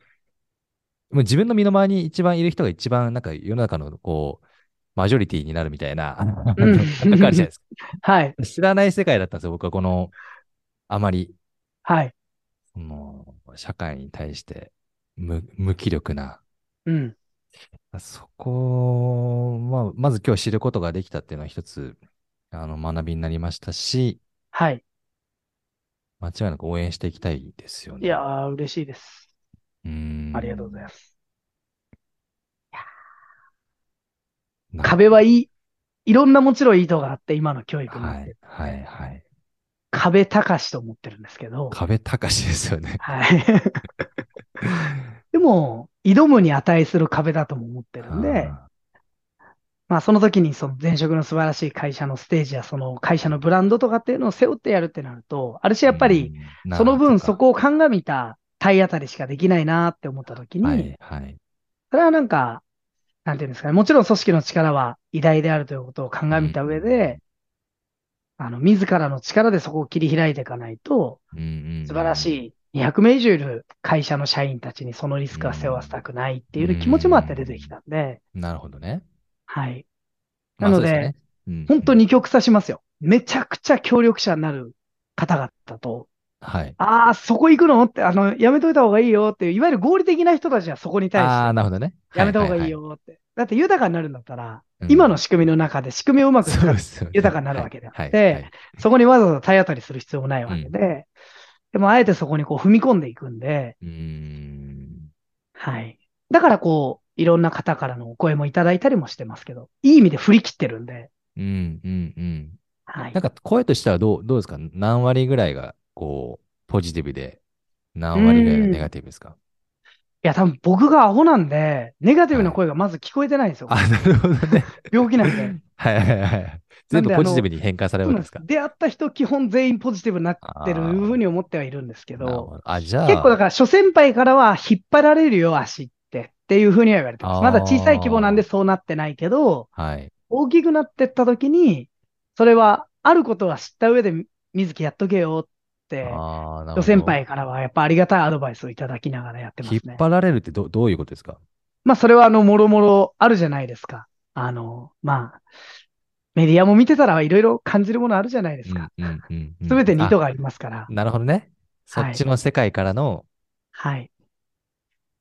A: う自分の身の回りに一番いる人が一番なんか世の中のこう、マジョリティになるみたいな、なんか
B: うん
A: あるじゃないです
B: はい。
A: か。知らない世界だったんですよ。僕はこの、あまり、
B: はい。
A: その、社会に対して無、無気力な、
B: うん。
A: そこを、まあ、まず今日知ることができたっていうのは一つ、あの、学びになりましたし、
B: はい。
A: 間違いなく応援していきたいですよね。
B: いやー、嬉しいです。
A: うーん。
B: ありがとうございます。
A: なんか
B: 壁はいい。いろんなもちろんいいとこがあって、今の教育に、
A: はい、はい、はい。
B: 壁高しと思ってるんですけど。
A: 壁高しですよね。
B: はい。でも、挑むに値する壁だとも思ってるんで、
A: あ
B: まあその時にその前職の素晴らしい会社のステージやその会社のブランドとかっていうのを背負ってやるってなると、ある
A: ー
B: 種やっぱり、
A: うん
B: その分そ
A: こ
B: こを鑑みた体当たりしかできないなって思った時
A: は
B: に
A: い、、はい。
B: それはなんか、なんていうんですかね、もちろん組織の力は偉大であるということを鑑みた上で、あの、自らの力でそこを切り開いていかないと、
A: うんうんうん
B: 素晴らしい200名以上いる会社の社員たちにそのリスクは背負わせたくないっていう気持ちもあって出てきたんで、
A: なるほどね。
B: はい。
A: まあ
B: なので
A: そうすねうん
B: 本当に。二極化しますよ。めちゃくちゃ協力者になる方々と、
A: はい。
B: ああ、そこ行くのって、あの、やめといた方がいいよっていう、いわゆる合理的な人たちはそこに対
A: ああー、
B: し
A: なるほどね。
B: て、やめた方がいいよって。だって豊かになるんだったら、今の仕組みの中で仕組みをうまく使
A: そう
B: っ
A: で
B: て、
A: すよね
B: 豊かになるわけであって
A: はいはいはい
B: そこにわざわざ体当たりする必要もないわけで、でもあえてそこにこう踏み込んでいくんで、
A: うーん。
B: はい。だからこう、いろんな方からのお声もいただいたりもしてますけど、いい意味で振り切ってるんで、
A: うんうんうん。
B: はい
A: なん。か声としてはどう、どうですか何割ぐらいがこう、ポジティブで、何割ぐらいがネガティブですか
B: いや、多分僕がアホなんで、ネガティブな声がまず聞こえてないんですよ。
A: あ、なるほどね。
B: 病気なん で。
A: はいはいはい。全部ポジティブに変換され
B: そう
A: るわけ
B: なんで
A: です
B: す
A: か
B: 出会った人、基本全員ポジティブになってる
A: あー
B: ふうに思ってはいるんですけ
A: なるほ
B: ど、
A: どあ、じゃあ、
B: 結構だから、諸先輩からは引っ張られるよ、足って。っていうふうには言われてます。
A: あー
B: まだ小さい規模なんでそうなってないけど、
A: はい。
B: 大きくなってった時に、それは、あることは知った上で、水木やっとけよっ
A: あ
B: て、
A: あ、なるほど
B: 諸先輩からはやっぱありがたいアドバイスをいただきながらやってま
A: 引
B: す
A: っ
B: ね。
A: 張られるってど、どういうことですか
B: まあそれはあの、もろもろあるじゃないですか。あの、まあ、メディアも見てたらいろいろ感じるものあるじゃないですか。
A: うんうんうんうん
B: すべてに意図
A: あ
B: がありますから。
A: なるほどね。そ
B: はい
A: っちの世界からの
B: はい。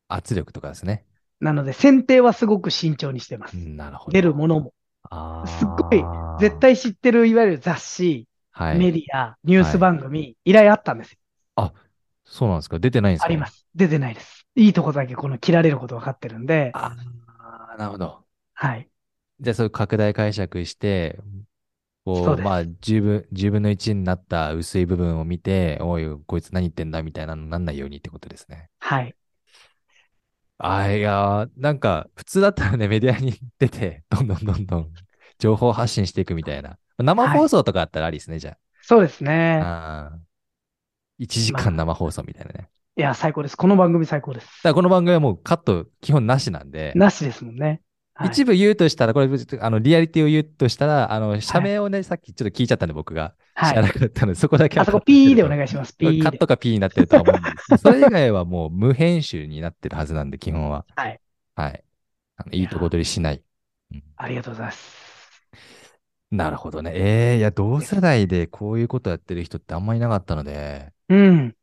A: 圧力とかですね。
B: なので、選定はすごく慎重にしてます
A: う。んなるほど。
B: 出るものも。
A: あー
B: すっごい絶、対知ってる、いわゆる雑誌、
A: はい、
B: メディア、ニュース番組、依頼あったんですよ。
A: そうなんですか出てないんですか
B: あります。出てないです。いいとこだけこの切られること分かってるんで、
A: ああ、なるほど。
B: はい。
A: じゃあ、そういう拡大解釈して、
B: そ
A: こ
B: う
A: う、
B: です
A: まあ、10分、10分の1になった薄い部分を見て、おい、こいつ何言ってんだみたいなのなんないようにってことですね。
B: はい。
A: ああ、いやー、なんか、普通だったらね、メディアに出て、どんどんどんどん、情報発信していくみたいな。生放送とかあったらありですね、じゃ
B: そうですね。
A: あ。あ1時間生放送みたいなね。だか
B: いや、最高です。この番組最高です。
A: らこの番組はもうカット基本なしなんで、
B: なしですもんね。はい
A: 一部言うとしたら、これ、あの、リアリティを言うとしたら、あの、社名をね、さっきちょっと聞いちゃったんで、僕が。
B: は
A: 知ら
B: い。
A: なかったので、そこだけは
B: あそこ
A: カットして
B: P
A: る
B: で
A: と
B: お願いします。P
A: カッ
B: で。
A: トか P になってるとは思うんです けど。それ以外はもう無編集になってるはずなんで、基本は。
B: はい。
A: はい。あのいいとこ取りしない。うん
B: ありがとうございます。
A: なるほどね。ええいや、同世代でこういうことやってる人ってあんまりいなかったので、
B: うん。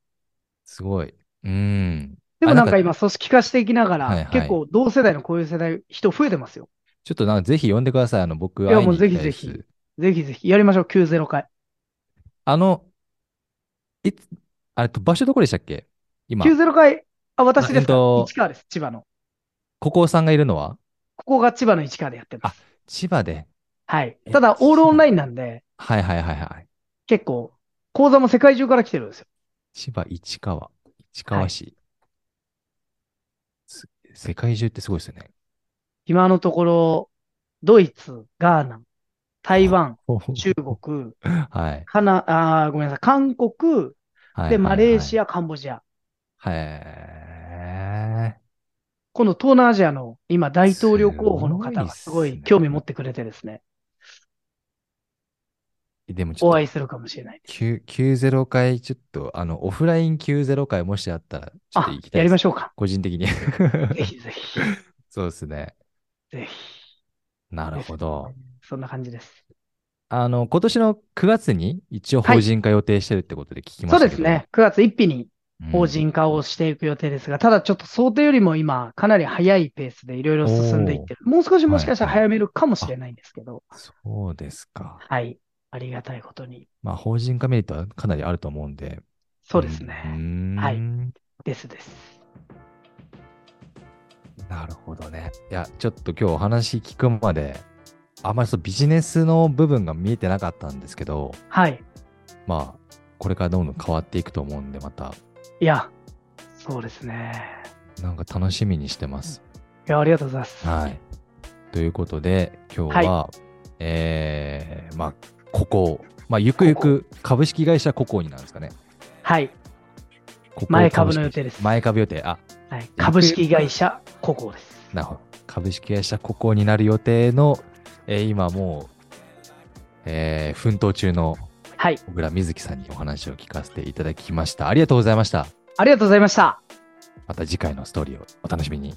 A: すごい。うん。
B: でも
A: あ
B: な
A: なんん
B: か
A: か
B: 今、組織化していきなが
A: はい
B: ら
A: は、い
B: 結構同世代のこういう世代、人増えてますよ。
A: ちょっとなんかぜひ呼んでください。あの、僕、
B: いや
A: 会い
B: もう
A: に行きたい
B: ぜ
A: で
B: ひぜ
A: す。
B: ぜひぜひ、やりましょう。90回。
A: あの、いつ、あれと場所どこでしたっけ今、
B: 90回、あ、私ですか
A: えっと
B: 市川です。千葉の。
A: ここさんがいるのは
B: ここが千葉の市川でやってます。
A: 千葉で。
B: はい。
A: え
B: ただ、オールオンラインなんで、
A: はいはいはいはい。
B: 結構、講座も世界中から来てるんですよ。
A: 千葉市川、市川市。す世界中ってすごいですよ ね。
B: 今のところ、ドイツ、ガーナ、台湾、中国、
A: はい。
B: カナ、あーごめんなさい、韓国、
A: はい。
B: で、マレー
A: ア。
B: シア、カンボジア。
A: はい。
B: この東南アジアの今大統領候補の方がす
A: す
B: ご
A: ごいっす
B: い
A: ね
B: 興味持ってくれてですね、
A: でもちょ
B: お
A: っと
B: 会いするかもしれない。
A: 9、90回、ちょっと、あの、オフライン90回もしあったら、ちょっ
B: あ
A: と行き、た
B: や
A: い
B: り
A: で。
B: ますしょうか。
A: 個人的に。
B: ぜひぜひ、
A: そうですね。
B: ぜひ。
A: なるほど。
B: そんな感じです。
A: あの、今年の9月に一応
B: はい
A: 法人化予定してるってことで聞きま
B: そ
A: し
B: う
A: た
B: で
A: け
B: す
A: ど。
B: ね。9月1日に
A: うん
B: 法人化をしていく予定ですが、ただちょっと想定よりも今、かなり早いペースでいろいろ進んでいってる。もう少しもしかしたら早めるかもしれないんですけど、
A: そうですか。
B: はい。ありがたいことに。
A: まあ、法人化メリットはかなりあると思うんで。
B: そうですね。
A: ん
B: はいですです。
A: なるほどね。いや、ちょっと今日お話聞くまで、あまりそうビジネスの部分が見えてなかったんですけど、
B: はい。
A: まあ、これからどんどん変わっていくと思うんで、また、
B: いや、そうですね。
A: なんか楽しみにしてます。
B: いや、ありがとうございます。
A: はい。ということで、今日は、えー、まあ、ここ、まあ、ゆくゆく株式会社ココになるんですかね。
B: はい。
A: ここ
B: 前株の予定です
A: 前株予定。あ、
B: はい、株式会社ココです。
A: なるほど。株式会社ココになる予定の、えー今もう、えー奮闘中の
B: はい。
A: 小倉瑞希さんにお話を聞かせていただきました。ありがとうございました。
B: ありがとうございました。
A: また次回のストーリーをお楽しみに。